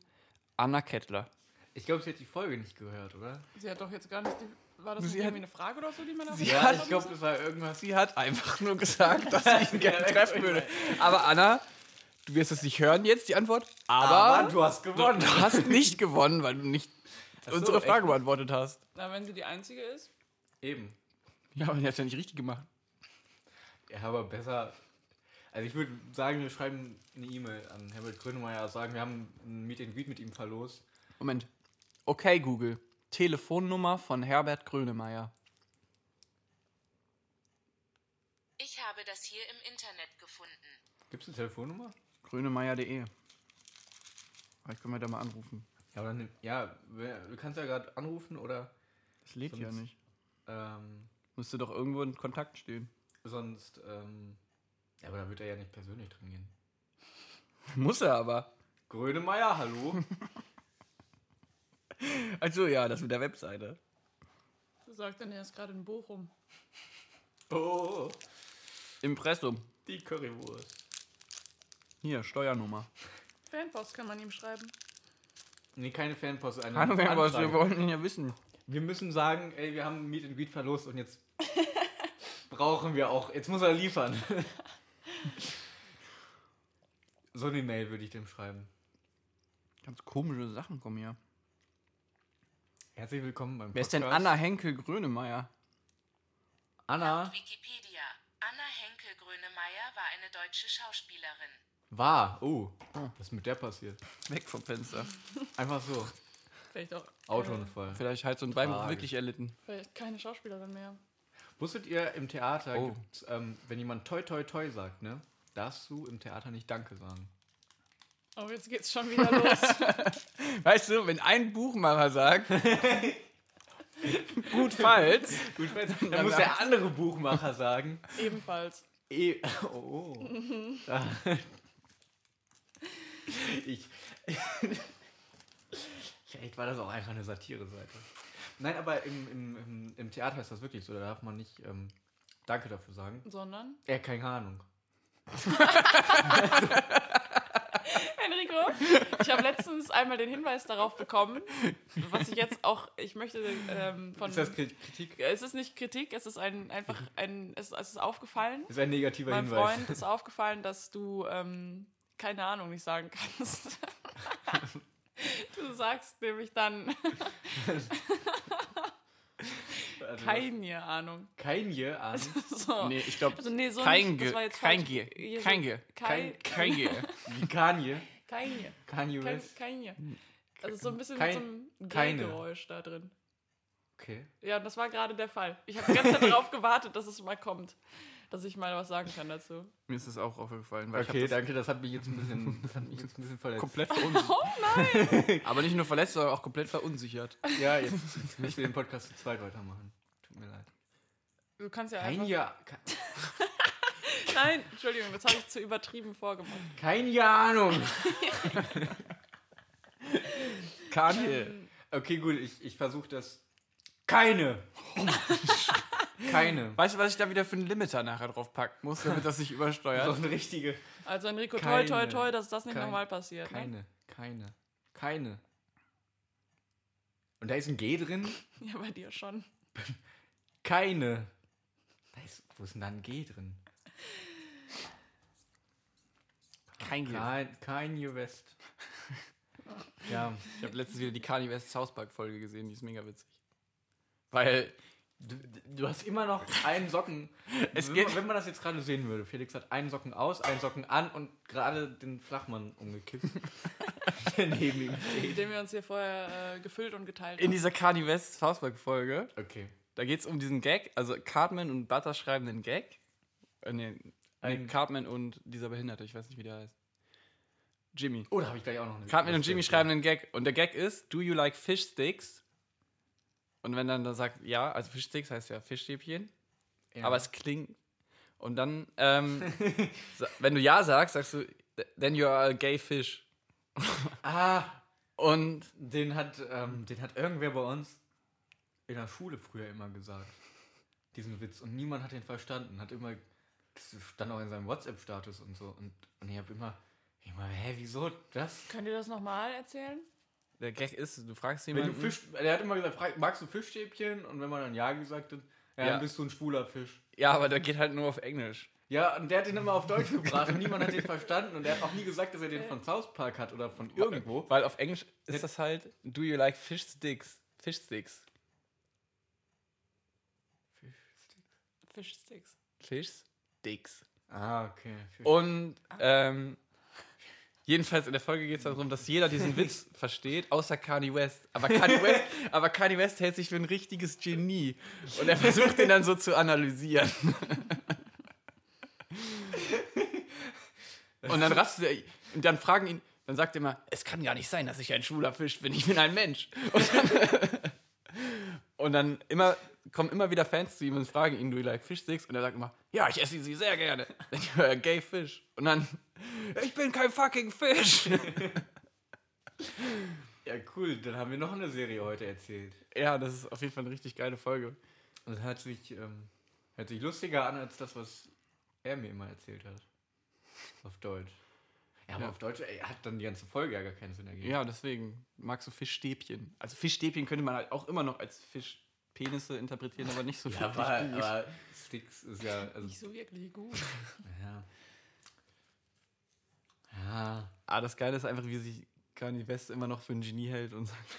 Anna Kettler. Ich glaube, sie hat die Folge nicht gehört, oder? Sie hat doch jetzt gar nicht die. War das nicht Sie irgendwie eine Frage oder so, die man da Sie beantworten hat- ich glaube, musste? das war irgendwas. Sie hat einfach nur gesagt, dass ich ihn gerne treffen würde. Aber Anna, du wirst es nicht hören jetzt, die Antwort. Ah, Aber, du hast gewonnen. du hast nicht gewonnen, weil du nicht Ach so, unsere Frage echt? beantwortet hast. Na, wenn sie die einzige ist. Eben. Ja, aber die hat es ja nicht richtig gemacht. Ja, aber besser. Also ich würde sagen, wir schreiben eine E-Mail an Herbert Grönemeyer, sagen, wir haben ein Meet and Greet mit ihm verlost. Moment. Okay, Google. Telefonnummer von Herbert Grönemeyer. Ich habe das hier im Internet gefunden. Gibt es eine Telefonnummer? Grönemeyer.de. Vielleicht können wir da mal anrufen. Ja, oder ne, ja wer- du kannst ja gerade anrufen oder Das lädt Sonst- ja nicht. ähm, Müsste doch irgendwo in Kontakt stehen. sonst. Ähm, ja, aber da wird er ja nicht persönlich dran gehen. Muss er aber. Grönemeyer, hallo? Also ja, das mit der Webseite. Sie sagt dann, er ist gerade in Bochum. oh, Impressum. die Currywurst. Hier, Steuernummer. Fanpost kann man ihm schreiben. Nee, keine Fanpost. Eine Keine Ahnung, was wir Anfrage. wollen ihn ja wissen. Wir müssen sagen, ey, wir haben ein Meet and Greet verlost und jetzt brauchen wir auch, jetzt muss er liefern. so eine Mail würde ich dem schreiben. Ganz komische Sachen kommen hier. Herzlich willkommen beim Wer ist denn Podcast. Anna Henkel Grönemeyer? Anna Laut Wikipedia. Anna Henkel Grönemeyer war eine deutsche Schauspielerin. war, oh, Ah. was ist mit der passiert? Weg vom Fenster. Einfach so, Vielleicht auch. Autounfall. Vielleicht hat so ein Beinbruch Tragisch. wirklich erlitten. Vielleicht keine Schauspielerin mehr. Wusstet ihr, im Theater, Oh. gibt's, ähm, wenn jemand toi toi toi sagt, ne, darfst du im Theater nicht Danke sagen. Oh, jetzt geht's schon wieder los. Weißt du, wenn ein Buchmacher sagt, gut falls, Gut, dann muss der andere Buchmacher sagen. Ebenfalls. E oh. Da- ich. Vielleicht war das auch einfach eine Satire-Seite. Nein, aber im, im, im, im Theater ist das wirklich so. Da darf man nicht ähm, Danke dafür sagen. Sondern. Äh, keine Ahnung. Enrico, ich habe letztens einmal den Hinweis darauf bekommen, was ich jetzt auch. Ich möchte ähm, von. ist das Kri- Kritik? es ist nicht Kritik, es ist ein, einfach ein. Es, es ist aufgefallen. Ist ein negativer Mein Hinweis. Freund ist aufgefallen, dass du ähm, keine Ahnung nicht sagen kannst. du sagst nämlich dann Also, ah, keine Ahnung. Kein Je an. So. Nee, ich glaube, Also, nee, so kein nicht, das Ge, war jetzt kein falsch. Ge, Hier so- kein Ge, Kein, kein Ge. Wie Kanye. Kanye. Kanye Kein, West. Kanye. Also so ein bisschen Kein- mit so einem keine. Geräusch da drin. Okay. Ja, und das war gerade der Fall. Ich habe die ganze Zeit darauf gewartet, dass es mal kommt. Dass ich mal was sagen kann dazu. Mir ist das auch aufgefallen, weil Okay, ich habe danke. Das hat mich jetzt ein bisschen, das hat mich jetzt ein bisschen das verletzt. Oh komplett verunsichert. Aber nicht nur verletzt, sondern auch komplett verunsichert. Ja, jetzt, jetzt müssen wir den Podcast zu zweit weitermachen. Tut mir leid. Du kannst ja Kein einfach... Jahr. Nein, Entschuldigung, das habe ich zu übertrieben vorgemacht. Kein Jahr Ahnung. Ähm. Ähm. Kanye. Okay, gut, ich, ich versuche das. Keine. Keine. Weißt du, was ich da wieder für einen Limiter nachher drauf packen muss, damit das nicht So übersteuert? eine richtige. Also Enrico, Keine. toi, toi, toi, dass das nicht Keine. nochmal passiert. Ne? Keine, keine, keine. Und da ist ein G drin? Ja, bei dir schon. Keine. Da ist, wo ist denn da ein G drin? Kein Ge. Kein, kein West. Ja. Ich habe letztens wieder die Kanye West South Park Folge gesehen, die ist mega witzig. Weil Du, du hast immer noch einen Socken. Es wenn, geht- man, wenn man das jetzt gerade sehen würde, Felix hat einen Socken aus, einen Socken an und gerade den Flachmann umgekippt. der neben ihm steht. Mit dem wir uns hier vorher äh, gefüllt und geteilt in haben. dieser Kanye West South Park Folge, Okay. da geht es um diesen Gag, also Cartman und Butter schreiben den Gag. Äh, nee, nee Ein- Cartman und dieser Behinderte, ich weiß nicht, wie der heißt. Jimmy. Oh, da habe ich gleich auch noch eine Cartman und lustige Jimmy schreiben den Gag und der Gag ist, do you like fish sticks? Und wenn dann da sagt, ja, also Fish Sticks heißt ja Fischstäbchen, Ja. aber es klingt. Und dann, ähm, sa- wenn du ja sagst, sagst du, Th- Then you are a gay fish. Ah, Und den hat, ähm, den hat irgendwer bei uns in der Schule früher immer gesagt. Diesen Witz. Und niemand hat den verstanden. Hat immer, das stand auch in seinem WhatsApp-Status und so. Und, und ich habe immer, immer, hä, wieso das? Könnt ihr das nochmal erzählen? der Gag ist, du fragst Wenn jemanden. du Fisch, er hat immer gesagt, frag, magst du Fischstäbchen? Und wenn man dann Ja gesagt hat, ja, Ja. dann bist du ein schwuler Fisch. Ja, aber der geht halt nur auf Englisch. Ja, und der hat den immer auf Deutsch gebracht und niemand hat den verstanden. Und er hat auch nie gesagt, dass er den von South Park hat oder von irgendwo. Weil auf Englisch ist das halt, do you like fish sticks? Fish sticks. Fischsticks. Fish sticks. Ah, okay. Und ähm, jedenfalls in der Folge geht es darum, dass jeder diesen Witz versteht, außer Kanye West. Aber Kanye West, aber Kanye West hält sich für ein richtiges Genie. Und er versucht den dann so zu analysieren. Und dann rastet er, und dann fragen ihn, dann sagt er immer, es kann gar nicht sein, dass ich ein schwuler Fisch bin, ich bin ein Mensch. Und dann, und dann immer, kommen immer wieder Fans zu ihm und fragen ihn, do you like fish sticks? Und er sagt immer, ja, ich esse sie sehr gerne. Then you are a gay fish. Und dann, ich bin kein fucking Fisch. Ja, cool. Dann haben wir noch eine Serie heute erzählt. ja, das ist auf jeden Fall eine richtig geile Folge. Das hört sich, ähm, hört sich lustiger an als das, was er mir immer erzählt hat. Auf Deutsch. Ja, aber Ja. auf Deutsch ey, hat dann die ganze Folge ja gar keinen Sinn ergeben. Ja, deswegen magst du Fischstäbchen. Also Fischstäbchen könnte man halt auch immer noch als Fischpenisse interpretieren, aber nicht so Ja, aber, wirklich gut. aber Sticks ist ja. Also, Nicht so wirklich gut. ja. ja. Ah, das Geile ist einfach, wie sich Kanye West immer noch für ein Genie hält und sagt,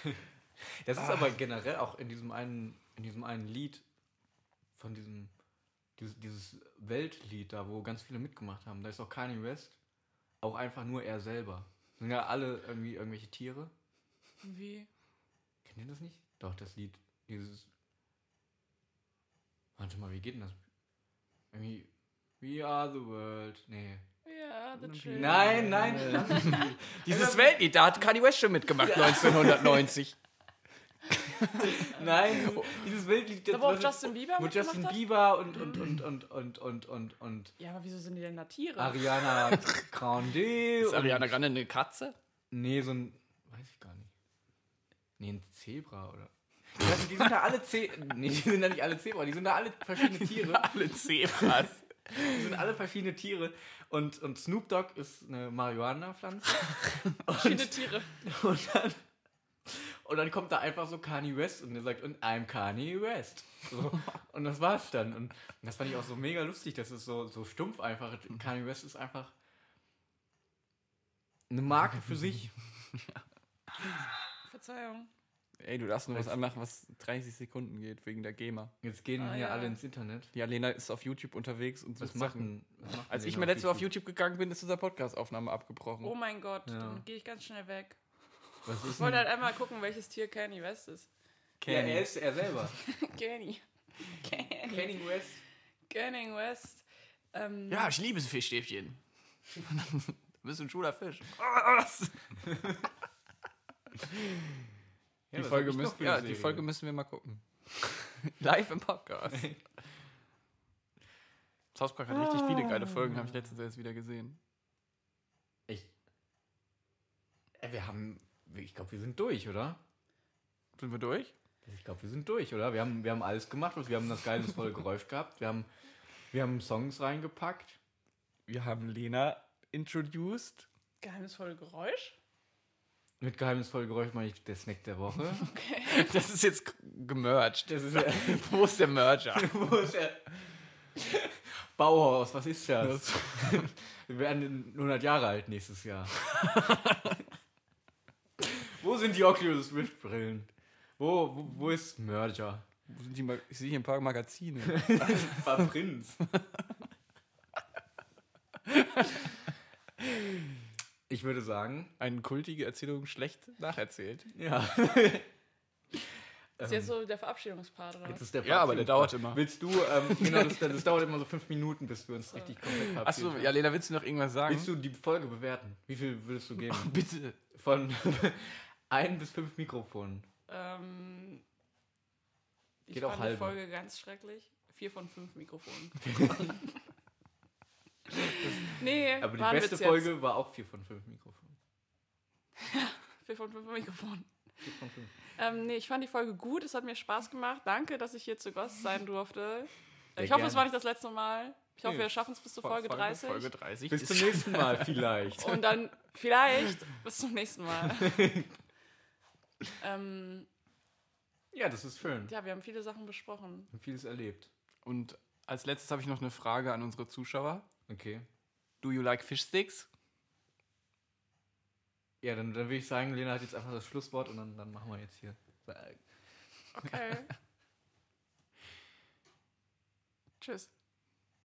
Das Ah. ist aber generell auch in diesem einen, in diesem einen Lied von diesem, dieses, dieses Weltlied da, wo ganz viele mitgemacht haben. Da ist auch Kanye West, auch einfach nur er selber. Sind ja alle irgendwie irgendwelche Tiere. Wie? Kennt ihr das nicht? Doch, das Lied, dieses. Warte mal, wie geht denn das? Irgendwie. We are the world. Nee. Ja, the chill. Nein, nein. dieses Weltlied, da hat Kanye West schon mitgemacht, 1990. nein, dieses Weltlied. Da wo auch Justin Bieber Wo mitgemacht Justin hat? Bieber und, und, und, und, und, und, und, und Ja, aber wieso sind die denn da Tiere? Ah, Ariana Grande. Ist und- Ariana Grande eine Katze? Nee, so ein. Weiß ich gar nicht. Nee, ein Zebra oder. Ich weiß nicht, Die sind da alle Ze Nee, die sind da nicht alle Zebra, die sind da alle verschiedene Tiere. Alle Zebras. Die sind alle verschiedene Tiere. Und, und Snoop Dogg ist eine Marihuana-Pflanze. Verschiedene Tiere. Und dann, und dann kommt da einfach so Kanye West und der sagt, und I'm Kanye West. So, und das war's dann. Und das fand ich auch so mega lustig, das ist so, so stumpf einfach. Kanye West ist einfach eine Marke für sich. Verzeihung. Ey, du darfst nur was anmachen, was 30 Sekunden geht, wegen der GEMA. Jetzt gehen Ah, hier ja. alle ins Internet. Ja, Lena ist auf YouTube unterwegs und Was sucht macht Sachen. denn, was macht Als denn ich Lena mal letztes Mal auf YouTube gegangen bin, ist unsere Podcast-Aufnahme abgebrochen. Oh mein Gott, Ja. Hm. dann gehe ich ganz schnell weg. Was Ich ist wollte denn? halt einmal gucken, welches Tier Kanye West ist. Ja, er ist er selber. Kanye. Kanye. Kanye West. Kanye West. Ähm, Ja, ich liebe Fischstäbchen. du bist ein schwuler Fisch. Ja, die, was Folge hab ich noch müssen, für ja, eine die Serie? Folge müssen wir mal gucken. Live im Podcast. South Park hat richtig viele geile Folgen, habe ich letztens erst wieder gesehen. Ich. Ey, Wir haben. Ich glaube, wir sind durch, oder? Sind wir durch? Ich glaube, wir sind durch, oder? Wir haben, wir haben alles gemacht. was- Wir haben das geheimnisvolle Geräusch gehabt. Wir haben, wir haben Songs reingepackt. Wir haben Lena introduced. Geheimnisvolle Geräusch? Mit geheimnisvollem Geräusch meine ich der Snack der Woche. Das ist jetzt g- gemerged. Das ist ja. Wo ist der Merger? Wo ist der? Bauhaus, was ist das? Wir werden 100 Jahre alt nächstes Jahr. wo sind die Oculus Rift Brillen? Wo, wo, wo ist Merger? Wo sind die Mag- ich sehe hier ein paar Magazine. War Prinz. Ich würde sagen, Eine kultige Erzählung schlecht nacherzählt. Ja. Ist jetzt Ähm, so der Verabschiedungspart, oder? Jetzt was? ist der Ja, aber der dauert immer. Willst du, ähm, genau, das, das dauert immer so fünf Minuten, bis wir uns richtig komplett verabschieden. Achso, ja, Lena, willst du noch irgendwas sagen? Willst du die Folge bewerten? Wie viel würdest du geben? Bitte. Von ein bis fünf Mikrofonen. Ähm, ich Geht auch fand die halbe. Folge ganz schrecklich. Vier von fünf Mikrofonen. Nee, Aber die waren beste Witz Folge war auch 4 von 5 Mikrofonen. Jetzt. Vier von fünf Mikrofon. 4 von 5. Ähm, nee, ich fand die Folge gut. Es hat mir Spaß gemacht. Danke, dass ich hier zu Gast sein durfte. Sehr ich hoffe, gerne. es war nicht das letzte Mal. Ich hoffe, Nee, wir schaffen es bis zur Folge 30. Folge 30. Bis ist- zum nächsten Mal vielleicht. Und dann vielleicht bis zum nächsten Mal. ähm, Ja, das ist schön. ja, wir haben viele Sachen besprochen. Und vieles erlebt. Und als letztes habe ich noch eine Frage an unsere Zuschauer. Okay. Do you like fish sticks? Ja, dann, dann würde ich sagen, Lena hat jetzt einfach das Schlusswort und dann, dann machen wir jetzt hier. Okay. Tschüss.